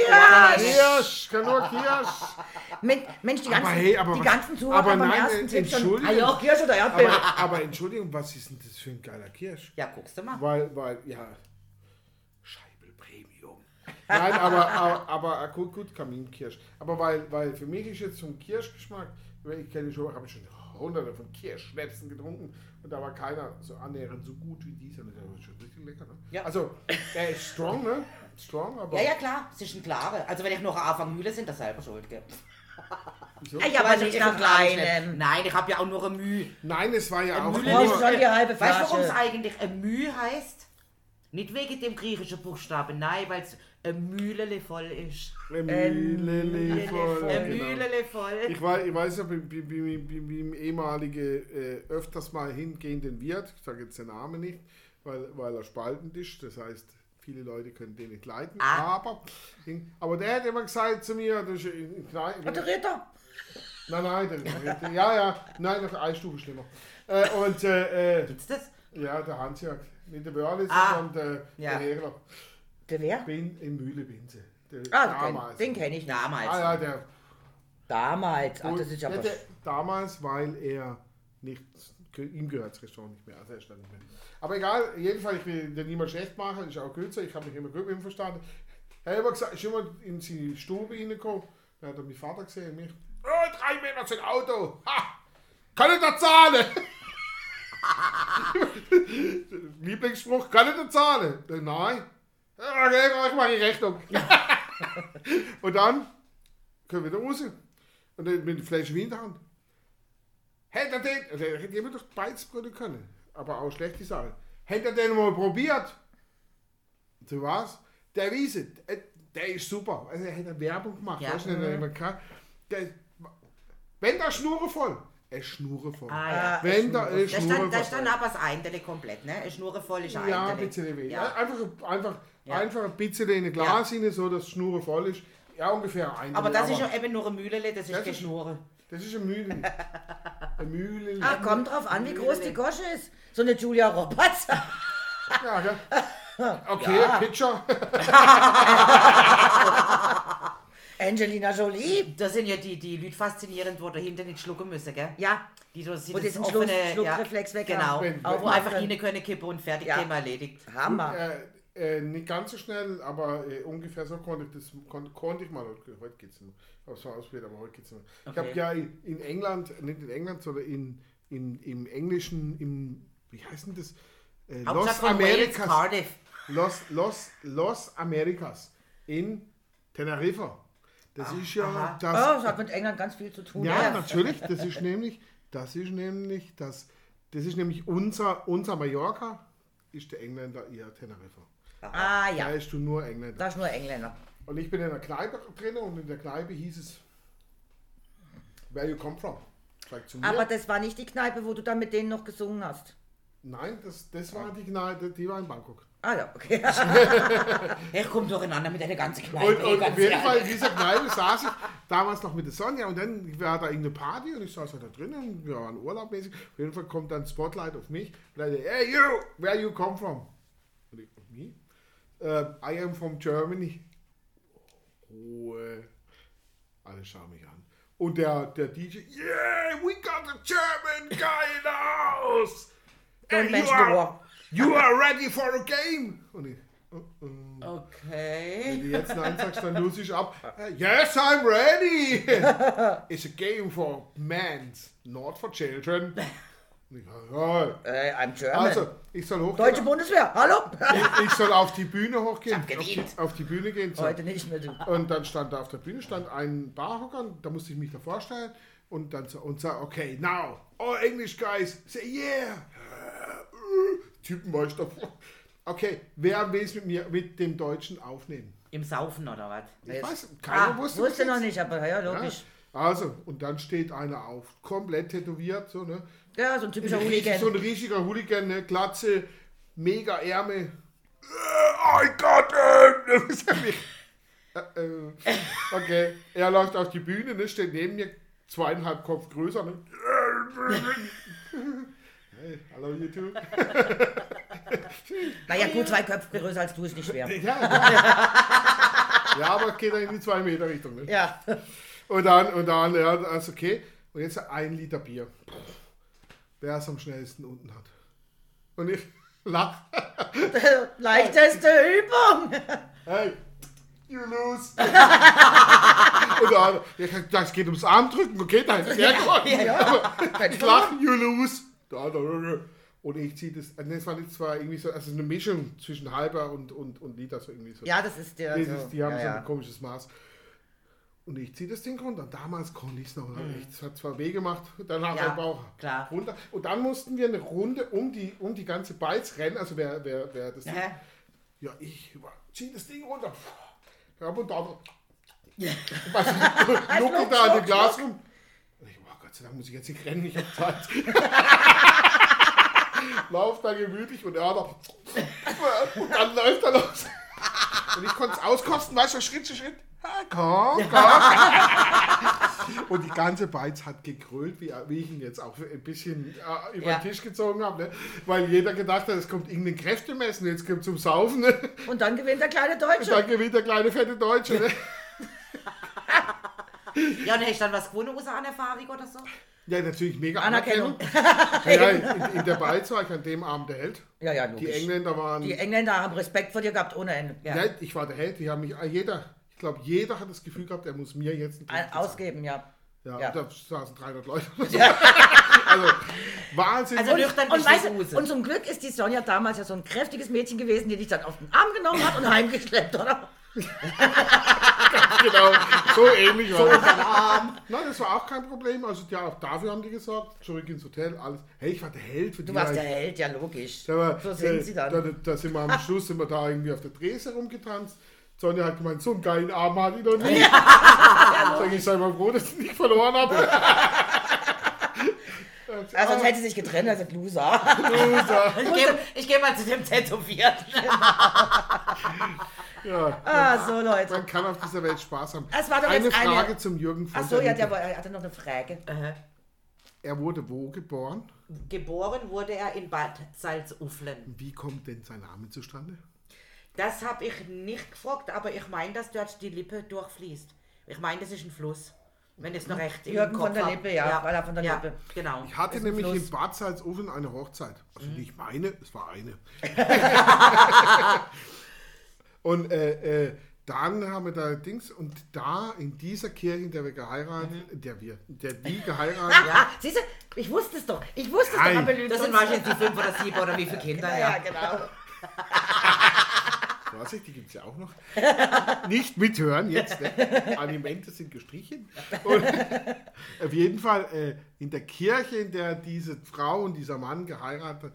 [SPEAKER 2] Kirsch.
[SPEAKER 3] Kirsch, kann nur Kirsch.
[SPEAKER 2] Men- Mensch, die ganzen,
[SPEAKER 3] Aber hey, aber
[SPEAKER 2] die
[SPEAKER 3] was-
[SPEAKER 2] ganzen Zuhörer
[SPEAKER 3] aber
[SPEAKER 2] beim
[SPEAKER 3] nein,
[SPEAKER 2] ersten
[SPEAKER 3] äh,
[SPEAKER 2] Tipp schon.
[SPEAKER 3] Entschuldigung.
[SPEAKER 2] Ah, ja, Kirsch oder Erdbeere.
[SPEAKER 3] Aber, aber Entschuldigung, was ist denn das für ein geiler Kirsch?
[SPEAKER 1] Ja, guckst du mal.
[SPEAKER 3] Weil, weil, ja. Scheibel Premium. Nein, aber, aber, aber äh, gut, gut, Kaminkirsch. Aber weil, weil für mich ist jetzt so ein Kirschgeschmack, weil ich kenne schon, habe ich schon hunderte von Kirschschnäpsen getrunken und da war keiner so annähernd so gut wie dieser. Das war schon richtig lecker, ne?
[SPEAKER 1] Ja.
[SPEAKER 3] Also, er ist strong, ne? Strong, aber.
[SPEAKER 1] Ja, ja, klar, es ist ein klarer. Also, wenn ich noch Anfang Mühle sind, das selber schuld, gell?
[SPEAKER 2] Ah, ja, aber
[SPEAKER 1] Weil
[SPEAKER 2] nicht
[SPEAKER 1] ich
[SPEAKER 2] nach
[SPEAKER 1] einen klaren Schnitt-
[SPEAKER 2] einem.
[SPEAKER 1] Nein, ich habe ja auch nur eine Mühe.
[SPEAKER 3] Nein, es war ja auch.
[SPEAKER 1] Mühle
[SPEAKER 2] brauchst
[SPEAKER 1] nicht-
[SPEAKER 2] schon die halbe
[SPEAKER 1] Weißt du, warum es
[SPEAKER 2] Flasche.
[SPEAKER 1] eigentlich eine Mühe heißt? Nicht wegen dem griechischen Buchstaben, nein, weil es eine Mühle voll ist.
[SPEAKER 3] Mühle voll.
[SPEAKER 1] Eine
[SPEAKER 3] genau.
[SPEAKER 1] Mühle voll.
[SPEAKER 3] Ich weiß, ich weiß ja, wie, wie, wie, wie, wie im ehemaligen äh, öfters mal hingehenden Wirt, ich sage jetzt den Namen nicht, weil, weil er spaltend ist, das heißt, viele Leute können den nicht leiden,
[SPEAKER 1] Ah.
[SPEAKER 3] aber, aber der hat immer gesagt zu mir, das ist in, in,
[SPEAKER 2] Und der Ritter.
[SPEAKER 3] nein, nein, der, ja, ja, nein, noch eine Stufe schlimmer. Äh, und äh, äh,
[SPEAKER 1] Gibt's das?
[SPEAKER 3] ja, der Hansjörg, nicht der Wörlitz,
[SPEAKER 1] Ah.
[SPEAKER 3] sondern der,
[SPEAKER 1] Ja.
[SPEAKER 3] der Herrler,
[SPEAKER 2] Der wer?
[SPEAKER 3] bin in Mühlebinse. Der,
[SPEAKER 2] Ah, den kenn- den kenne ich.
[SPEAKER 1] Damals.
[SPEAKER 3] Ah ja, der
[SPEAKER 2] Damals. Ach, das ist ja
[SPEAKER 3] Ja,
[SPEAKER 2] was.
[SPEAKER 3] der, damals, weil er nicht, ihm gehört das Restaurant nicht mehr, also er stand nicht mehr. Aber egal, jedenfalls, ich will den niemand schlecht machen, ist auch kürzer, ich habe mich immer gut mit ihm verstanden. Er hat immer gesagt, ist immer in seine Stube reingekommen, dann hat er meinen Vater gesehen, mich, oh, drei Meter zum Auto, ha, kann ich da zahlen? Lieblingsspruch, kann ich da zahlen? Dann, Nein. "Ah, okay, Ich mache die Rechnung. Und dann können wir da raus. Und dann mit dem Fleisch Wein dran. Hätte er den, also er hätte jemand doch beides können können, aber auch schlechte Sache. Hätte er den mal probiert, so was, der Wiese, der, der ist super. Also er hätte Werbung gemacht,
[SPEAKER 1] Ja.
[SPEAKER 3] weißt du, nicht, man kann, der, wenn der Schnurre voll, er Schnurre voll.
[SPEAKER 1] Ah, ja.
[SPEAKER 3] Wenn der, äh,
[SPEAKER 1] Da
[SPEAKER 3] Schnurre
[SPEAKER 1] stand, da
[SPEAKER 3] voll.
[SPEAKER 1] stand aber das Eindele komplett, ne? Eine Schnurre voll ist ein
[SPEAKER 3] Ja,
[SPEAKER 1] Eindele.
[SPEAKER 3] bitte nicht
[SPEAKER 1] Ja.
[SPEAKER 3] ja. Einfach, einfach, einfach ein bisschen in ein Glas rein, so dass die Schnur voll ist. Ja, ungefähr ein.
[SPEAKER 1] Aber das ist ja eben nur eine Mühle, das ist
[SPEAKER 3] Das
[SPEAKER 1] keine
[SPEAKER 3] ist-
[SPEAKER 1] Schnurre.
[SPEAKER 3] Das ist eine Mühle. Eine Mühle.
[SPEAKER 2] Ah, kommt drauf an, wie groß die Gosche ist. So eine Julia Roberts.
[SPEAKER 3] Ja, gell? Okay, Pitcher.
[SPEAKER 2] Angelina Jolie.
[SPEAKER 1] Das sind ja die, die Leute faszinierend, wo dahinter nicht schlucken müssen, gell?
[SPEAKER 2] Ja.
[SPEAKER 1] Die, so, sie
[SPEAKER 2] Wo
[SPEAKER 1] das
[SPEAKER 2] diesen Schluck- Schluckreflex weg
[SPEAKER 1] Genau.
[SPEAKER 2] haben.
[SPEAKER 3] Wenn-
[SPEAKER 1] Wo
[SPEAKER 2] wenn-
[SPEAKER 1] einfach
[SPEAKER 2] wenn-
[SPEAKER 1] rein können, kippe und fertig,
[SPEAKER 2] Ja.
[SPEAKER 1] Thema erledigt.
[SPEAKER 2] Hammer.
[SPEAKER 3] Äh, äh, nicht ganz so schnell, aber äh, ungefähr so konnte ich das konnte, konnte ich mal. Heute heute geht's nicht mehr. So ausprobiert, aber heute geht's nicht mehr. Ich habe ja in, in England, nicht in England, sondern in, in, im Englischen, im, wie heißt denn das? Äh,
[SPEAKER 1] Hauptsache von Wales,
[SPEAKER 3] Americas-
[SPEAKER 1] Cardiff.
[SPEAKER 3] Los, Los, Los Americas in Teneriffa. Das ist ja
[SPEAKER 1] Ah, aha.
[SPEAKER 3] das.
[SPEAKER 2] Oh, das hat mit England ganz viel zu tun.
[SPEAKER 3] Ja, natürlich. Das ist nämlich, das ist nämlich, das, das ist nämlich unser, unser Mallorca ist der Engländer ihr Teneriffa.
[SPEAKER 2] Ah
[SPEAKER 3] Da
[SPEAKER 2] ja,
[SPEAKER 3] ist du nur Engländer.
[SPEAKER 2] das ist nur Engländer.
[SPEAKER 3] Und ich bin in einer Kneipe drin und in der Kneipe hieß es, where you come from. Sag zu mir.
[SPEAKER 2] Aber das war nicht die Kneipe, wo du dann mit denen noch gesungen hast.
[SPEAKER 3] Nein, das, das war die Kneipe, die war in Bangkok.
[SPEAKER 2] Ah ja, okay.
[SPEAKER 1] Ich komme durcheinander mit einer ganzen
[SPEAKER 3] Und,
[SPEAKER 1] Kneipe. eh,
[SPEAKER 3] und
[SPEAKER 1] ganz
[SPEAKER 3] auf jeden
[SPEAKER 1] ehrlich.
[SPEAKER 3] Fall in dieser Kneipe saß ich damals noch mit der Sonja und dann war da irgendeine Party und ich saß halt da drinnen und wir waren urlaubmäßig. Auf jeden Fall kommt dann Spotlight auf mich und dann, hey you, where you come from? Und ich, me? Ähm, I am from Germany. Ruhe. Alle schauen mich an. Und der, der DJ, yeah, we got a German guy in the house.
[SPEAKER 2] Don't
[SPEAKER 3] And
[SPEAKER 2] mention
[SPEAKER 3] you
[SPEAKER 2] the war.
[SPEAKER 3] are, you are ready for a game. Und ich, uh,
[SPEAKER 1] Okay.
[SPEAKER 3] Wenn du jetzt Nein sagst, dann los ich ab. Äh, Yes, I'm ready! It's a game for men, not for children. Und ich, jawohl.
[SPEAKER 2] Äh, I'm German.
[SPEAKER 3] Also, ich soll hoch.
[SPEAKER 2] Deutsche Bundeswehr, hallo?
[SPEAKER 3] ich, ich soll auf die Bühne hochgehen.
[SPEAKER 1] Ich hab
[SPEAKER 3] auf, die,
[SPEAKER 1] gedient.
[SPEAKER 3] auf die Bühne gehen. So. Ah,
[SPEAKER 2] Heute nicht mehr, du.
[SPEAKER 3] Und dann stand da auf der Bühne stand ein Barhocker, und da musste ich mich da vorstellen und dann so, und so, okay, now, all English guys, say yeah. Typen war ich davor. Okay, wer will es mit mir, mit dem Deutschen aufnehmen?
[SPEAKER 1] Im Saufen oder was?
[SPEAKER 3] Ich weiß, keiner
[SPEAKER 2] Ah,
[SPEAKER 3] wusste.
[SPEAKER 2] wusste
[SPEAKER 3] bis
[SPEAKER 2] noch
[SPEAKER 3] jetzt.
[SPEAKER 2] nicht, aber ja,
[SPEAKER 3] Ja.
[SPEAKER 2] logisch.
[SPEAKER 3] Also, und dann steht einer auf, komplett tätowiert, so, ne?
[SPEAKER 2] Ja, so ein typischer
[SPEAKER 3] Richtig,
[SPEAKER 2] Hooligan.
[SPEAKER 3] so ein riesiger Hooligan, ne? Glatze, mega Ärmel. Oh Gott! äh, äh, okay, er läuft auf die Bühne, ne? steht neben mir, zweieinhalb Kopf größer. Ne? Hey, hallo YouTube.
[SPEAKER 2] Naja, gut, zwei Köpfe größer als du ist nicht schwer.
[SPEAKER 3] Ja, aber geht dann in die 2 Meter Richtung. Ne?
[SPEAKER 2] Ja.
[SPEAKER 3] Und dann, und dann, ja, also okay. Und jetzt ein Liter Bier. Wer es am schnellsten unten hat. Und ich lach.
[SPEAKER 2] Leichteste Übung.
[SPEAKER 3] Hey, you lose. und dann, ja, das geht ums Armdrücken, okay, da ist er gewonnen. Ich lache, you lose. Da, da, da, da. Und ich ziehe das, also das war nicht zwar irgendwie so, also eine Mischung zwischen halber und, und, und Liter, so irgendwie so.
[SPEAKER 2] Ja, das ist der.
[SPEAKER 3] Nee,
[SPEAKER 2] so.
[SPEAKER 3] das, die haben
[SPEAKER 2] ja,
[SPEAKER 3] so ein
[SPEAKER 2] ja.
[SPEAKER 3] komisches Maß. Und ich ziehe das Ding runter. Damals konnte ich es noch. nicht. Es hat zwar weh gemacht, danach
[SPEAKER 1] Mhm. Ja,
[SPEAKER 3] der Bauch
[SPEAKER 1] klar.
[SPEAKER 3] runter. Und dann mussten wir eine Runde um die, um die ganze Beiz rennen. Also wer, wer, wer das.
[SPEAKER 1] Hä?
[SPEAKER 3] Ja, ich ziehe das Ding runter. Ja, und da.
[SPEAKER 1] Ja.
[SPEAKER 3] Was? Nuckel da an dem Glas rum. Und ich, oh Gott sei Dank muss ich jetzt nicht rennen, ich hab Zeit. Lauf da gemütlich und er da. Und dann läuft er los. Und ich konnte es auskosten, weißt du, Schritt zu Schritt. Ah, Komm, komm. Und die ganze Beiz hat gekrölt, wie, wie ich ihn jetzt auch ein bisschen äh, über
[SPEAKER 1] Ja.
[SPEAKER 3] den Tisch gezogen habe. Ne? Weil jeder gedacht hat, es kommt irgendein Kräftemessen, jetzt kommt zum Saufen. Ne?
[SPEAKER 2] Und dann gewinnt der kleine
[SPEAKER 3] Und
[SPEAKER 2] Deutsche.
[SPEAKER 3] dann gewinnt der kleine fette Deutsche. Ne?
[SPEAKER 1] Ja, und hättest du dann was gewonnen außer an Erfahrung oder so?
[SPEAKER 3] Ja, natürlich mega
[SPEAKER 2] Anerkennung.
[SPEAKER 3] Anerkennung. ja, in, in der Beiz war ich an dem Abend der Held.
[SPEAKER 2] Ja, ja,
[SPEAKER 3] Die
[SPEAKER 2] logisch.
[SPEAKER 3] Engländer waren.
[SPEAKER 2] Die Engländer haben Respekt vor dir gehabt ohne Ende. Ja.
[SPEAKER 3] ja, ich war der Held. Die haben mich. äh, Jeder, ich glaube, jeder hat das Gefühl gehabt, er muss mir jetzt einen
[SPEAKER 2] Ein-
[SPEAKER 3] Trinkgeld
[SPEAKER 2] Ausgeben, ja.
[SPEAKER 3] Ja,
[SPEAKER 2] Ja.
[SPEAKER 3] da saßen 300 Leute. also, Wahnsinn.
[SPEAKER 1] Also nüchtern
[SPEAKER 2] Und,
[SPEAKER 1] bist
[SPEAKER 2] weißt,
[SPEAKER 1] du
[SPEAKER 2] du,
[SPEAKER 1] Use.
[SPEAKER 2] und zum Glück ist die Sonja damals ja so ein kräftiges Mädchen gewesen, die dich dann auf den Arm genommen hat und heimgeschleppt, oder?
[SPEAKER 3] genau, so ähnlich war das. Nein, das war auch kein Problem. Also, ja, auch dafür haben die gesagt, zurück ins Hotel, alles. Hey, ich war der Held für die.
[SPEAKER 2] Du warst
[SPEAKER 3] Leute.
[SPEAKER 2] der Held, ja logisch.
[SPEAKER 3] Sag mal,
[SPEAKER 2] So sind
[SPEAKER 3] äh,
[SPEAKER 2] sie dann.
[SPEAKER 3] Da, da sind wir am Schluss, sind wir da irgendwie auf der Drese rumgetanzt. Sonja hat gemeint, so einen geilen Arm hatte ich noch nie. Sag ich, sei mal froh, dass ich nicht verloren habe.
[SPEAKER 2] Also sonst hätte sie sich getrennt, also Loser.
[SPEAKER 3] Loser.
[SPEAKER 1] Ich gehe ich geh mal zu dem Tätowierten.
[SPEAKER 3] ja,
[SPEAKER 2] Ah, so Leute.
[SPEAKER 3] man kann auf dieser Welt Spaß haben.
[SPEAKER 2] Das war doch
[SPEAKER 3] eine
[SPEAKER 2] jetzt eine-
[SPEAKER 3] Frage zum Jürgen von
[SPEAKER 2] Ach so, ja, der
[SPEAKER 3] Lippe.
[SPEAKER 2] war, er hatte noch eine Frage.
[SPEAKER 3] Er wurde wo geboren?
[SPEAKER 1] Geboren wurde er in Bad Salzuflen.
[SPEAKER 3] Wie kommt denn sein Name zustande?
[SPEAKER 1] Das habe ich nicht gefragt, aber ich meine, dass dort die Lippe durchfließt. Ich meine, das ist ein Fluss. Wenn ich es noch recht im
[SPEAKER 2] Jürgen von
[SPEAKER 1] Kopf
[SPEAKER 2] der
[SPEAKER 1] hab.
[SPEAKER 2] Lippe, ja, weil er von der
[SPEAKER 1] ja,
[SPEAKER 2] Lippe.
[SPEAKER 1] Genau.
[SPEAKER 3] Ich hatte
[SPEAKER 2] Ist ein
[SPEAKER 3] nämlich
[SPEAKER 2] Fluss.
[SPEAKER 3] in Bad Salzuflen eine Hochzeit. Also nicht meine, es war eine. und äh, äh, dann haben wir da Dings und da in dieser Kirche, in der wir geheiratet, der wir, der die geheiratet,
[SPEAKER 2] Ja, Ah, siehst du, ich wusste es doch. Ich wusste es
[SPEAKER 3] Nein.
[SPEAKER 2] doch, aber lügt
[SPEAKER 1] Das sind
[SPEAKER 2] uns.
[SPEAKER 1] wahrscheinlich die fünf oder sieben oder wie viele Kinder,
[SPEAKER 2] Ja,
[SPEAKER 1] ja.
[SPEAKER 2] ja, genau.
[SPEAKER 3] Vorsicht, die gibt es ja auch noch. Nicht mithören jetzt. Ne? Alimente sind gestrichen. Und auf jeden Fall äh, in der Kirche, in der diese Frau und dieser Mann geheiratet,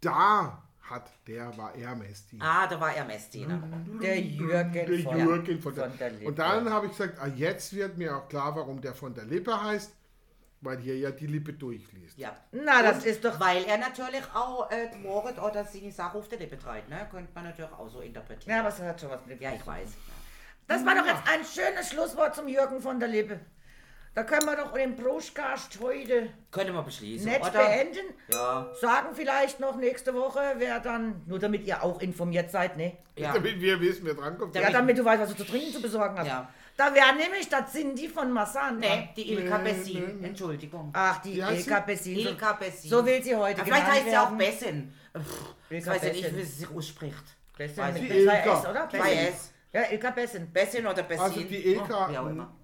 [SPEAKER 3] da hat der war Hermes.
[SPEAKER 1] Ah, da war Ermestina.
[SPEAKER 2] Der Jürgen,
[SPEAKER 3] Der
[SPEAKER 2] von,
[SPEAKER 3] Jürgen von der,
[SPEAKER 2] von der Lippe.
[SPEAKER 3] Und dann habe ich gesagt, ah, jetzt wird mir auch klar, warum der von der Lippe heißt, weil hier ja die Lippe durchfließt.
[SPEAKER 1] Ja.
[SPEAKER 2] Na, das ist doch...
[SPEAKER 1] Weil er natürlich auch äh, Morit oder seine Sache auf der Lippe trägt, ne? Könnte man natürlich auch so
[SPEAKER 2] Ja,
[SPEAKER 1] interpretieren.
[SPEAKER 2] aber es hat schon was mit dem
[SPEAKER 1] Ja, ich weiß.
[SPEAKER 2] Das war doch jetzt ein schönes Schlusswort zum Jürgen von der Lippe. Da können wir doch den Broschkast heute
[SPEAKER 1] Können wir beschließen,
[SPEAKER 2] nett
[SPEAKER 1] oder?
[SPEAKER 2] beenden.
[SPEAKER 1] Ja.
[SPEAKER 2] Sagen vielleicht noch nächste Woche, wer dann, nur damit ihr auch informiert seid, ne?
[SPEAKER 1] ja.
[SPEAKER 3] Damit wir wissen, wer drankommt.
[SPEAKER 2] Ja, damit du weißt, was du zu trinken zu besorgen hast.
[SPEAKER 1] Ja.
[SPEAKER 2] Da wäre nämlich, das sind die von Massan. ne?
[SPEAKER 1] Nee, die Ilka
[SPEAKER 3] Nee,
[SPEAKER 1] Bessin.
[SPEAKER 3] nee, nee.
[SPEAKER 1] Entschuldigung.
[SPEAKER 2] Ach, die
[SPEAKER 3] Wie heißt
[SPEAKER 2] Ilka
[SPEAKER 3] sie?
[SPEAKER 2] Bessin. So-
[SPEAKER 1] Ilka Bessin.
[SPEAKER 2] Ah, So will sie heute
[SPEAKER 1] Vielleicht
[SPEAKER 2] genannt
[SPEAKER 1] heißt sie auch
[SPEAKER 2] werden.
[SPEAKER 1] Bessin. Pff, ich
[SPEAKER 2] Ilka
[SPEAKER 1] weiß ja nicht,
[SPEAKER 2] Bessin.
[SPEAKER 1] wie sie sich ausspricht.
[SPEAKER 2] Bessin
[SPEAKER 1] Weiß
[SPEAKER 2] mit
[SPEAKER 1] ich
[SPEAKER 2] mit
[SPEAKER 3] nicht.
[SPEAKER 2] zwei
[SPEAKER 3] Ilka.
[SPEAKER 2] S, oder?
[SPEAKER 1] Zwei
[SPEAKER 2] Bessin.
[SPEAKER 1] S.
[SPEAKER 2] Ja, Ilka Bessin.
[SPEAKER 1] Bessin oder Bessin?
[SPEAKER 3] Also die Ilka.
[SPEAKER 1] Oh, wie auch immer.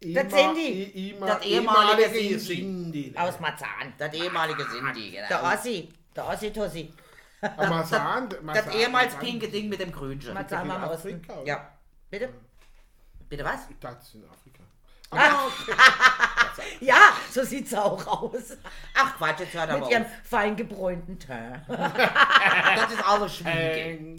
[SPEAKER 3] Ima,
[SPEAKER 2] Das sind die.
[SPEAKER 3] I- Ima,
[SPEAKER 1] Das ehemalige
[SPEAKER 3] ehemalige
[SPEAKER 1] Sinti.
[SPEAKER 3] Sinti.
[SPEAKER 2] Aus Marzahn.
[SPEAKER 1] Das ehemalige Sinti,
[SPEAKER 2] Der
[SPEAKER 1] genau.
[SPEAKER 2] Ossi. Der Ossi-Tossi.
[SPEAKER 3] Aber Masan,
[SPEAKER 1] Das
[SPEAKER 3] Masan-
[SPEAKER 1] ehemals
[SPEAKER 3] Masan-
[SPEAKER 1] pinke Ding mit dem Grünchen.
[SPEAKER 3] Das sind
[SPEAKER 2] Marzahn war im Osten.
[SPEAKER 3] Afrika, oder?
[SPEAKER 1] Ja.
[SPEAKER 2] Bitte?
[SPEAKER 1] Bitte was?
[SPEAKER 3] Ich dachte, das ist in Afrika.
[SPEAKER 2] Ah, ja, so sieht's auch aus.
[SPEAKER 1] Ach Quatsch, jetzt hört aber
[SPEAKER 2] Mit ihrem
[SPEAKER 1] auf.
[SPEAKER 2] fein gebräunten Teint.
[SPEAKER 1] Das ist alles Schmiede.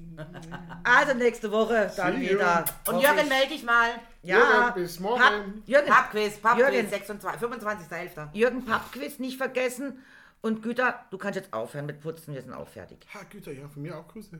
[SPEAKER 2] Also nächste Woche dann
[SPEAKER 3] See you.
[SPEAKER 2] wieder.
[SPEAKER 1] Und
[SPEAKER 2] Hoffe
[SPEAKER 1] Jürgen,
[SPEAKER 2] ich.
[SPEAKER 1] melde dich mal.
[SPEAKER 2] Ja.
[SPEAKER 3] Jürgen, bis
[SPEAKER 2] Papp-
[SPEAKER 3] morgen.
[SPEAKER 2] Jürgen,
[SPEAKER 1] Pappquiz, Pappquiz,
[SPEAKER 2] Jürgen.
[SPEAKER 1] 26 25.11.
[SPEAKER 2] Jürgen Pappquiz nicht vergessen. Und Güter, du kannst jetzt aufhören mit Putzen, wir sind auch fertig.
[SPEAKER 3] Ha, Güter, ja, von mir auch Grüße.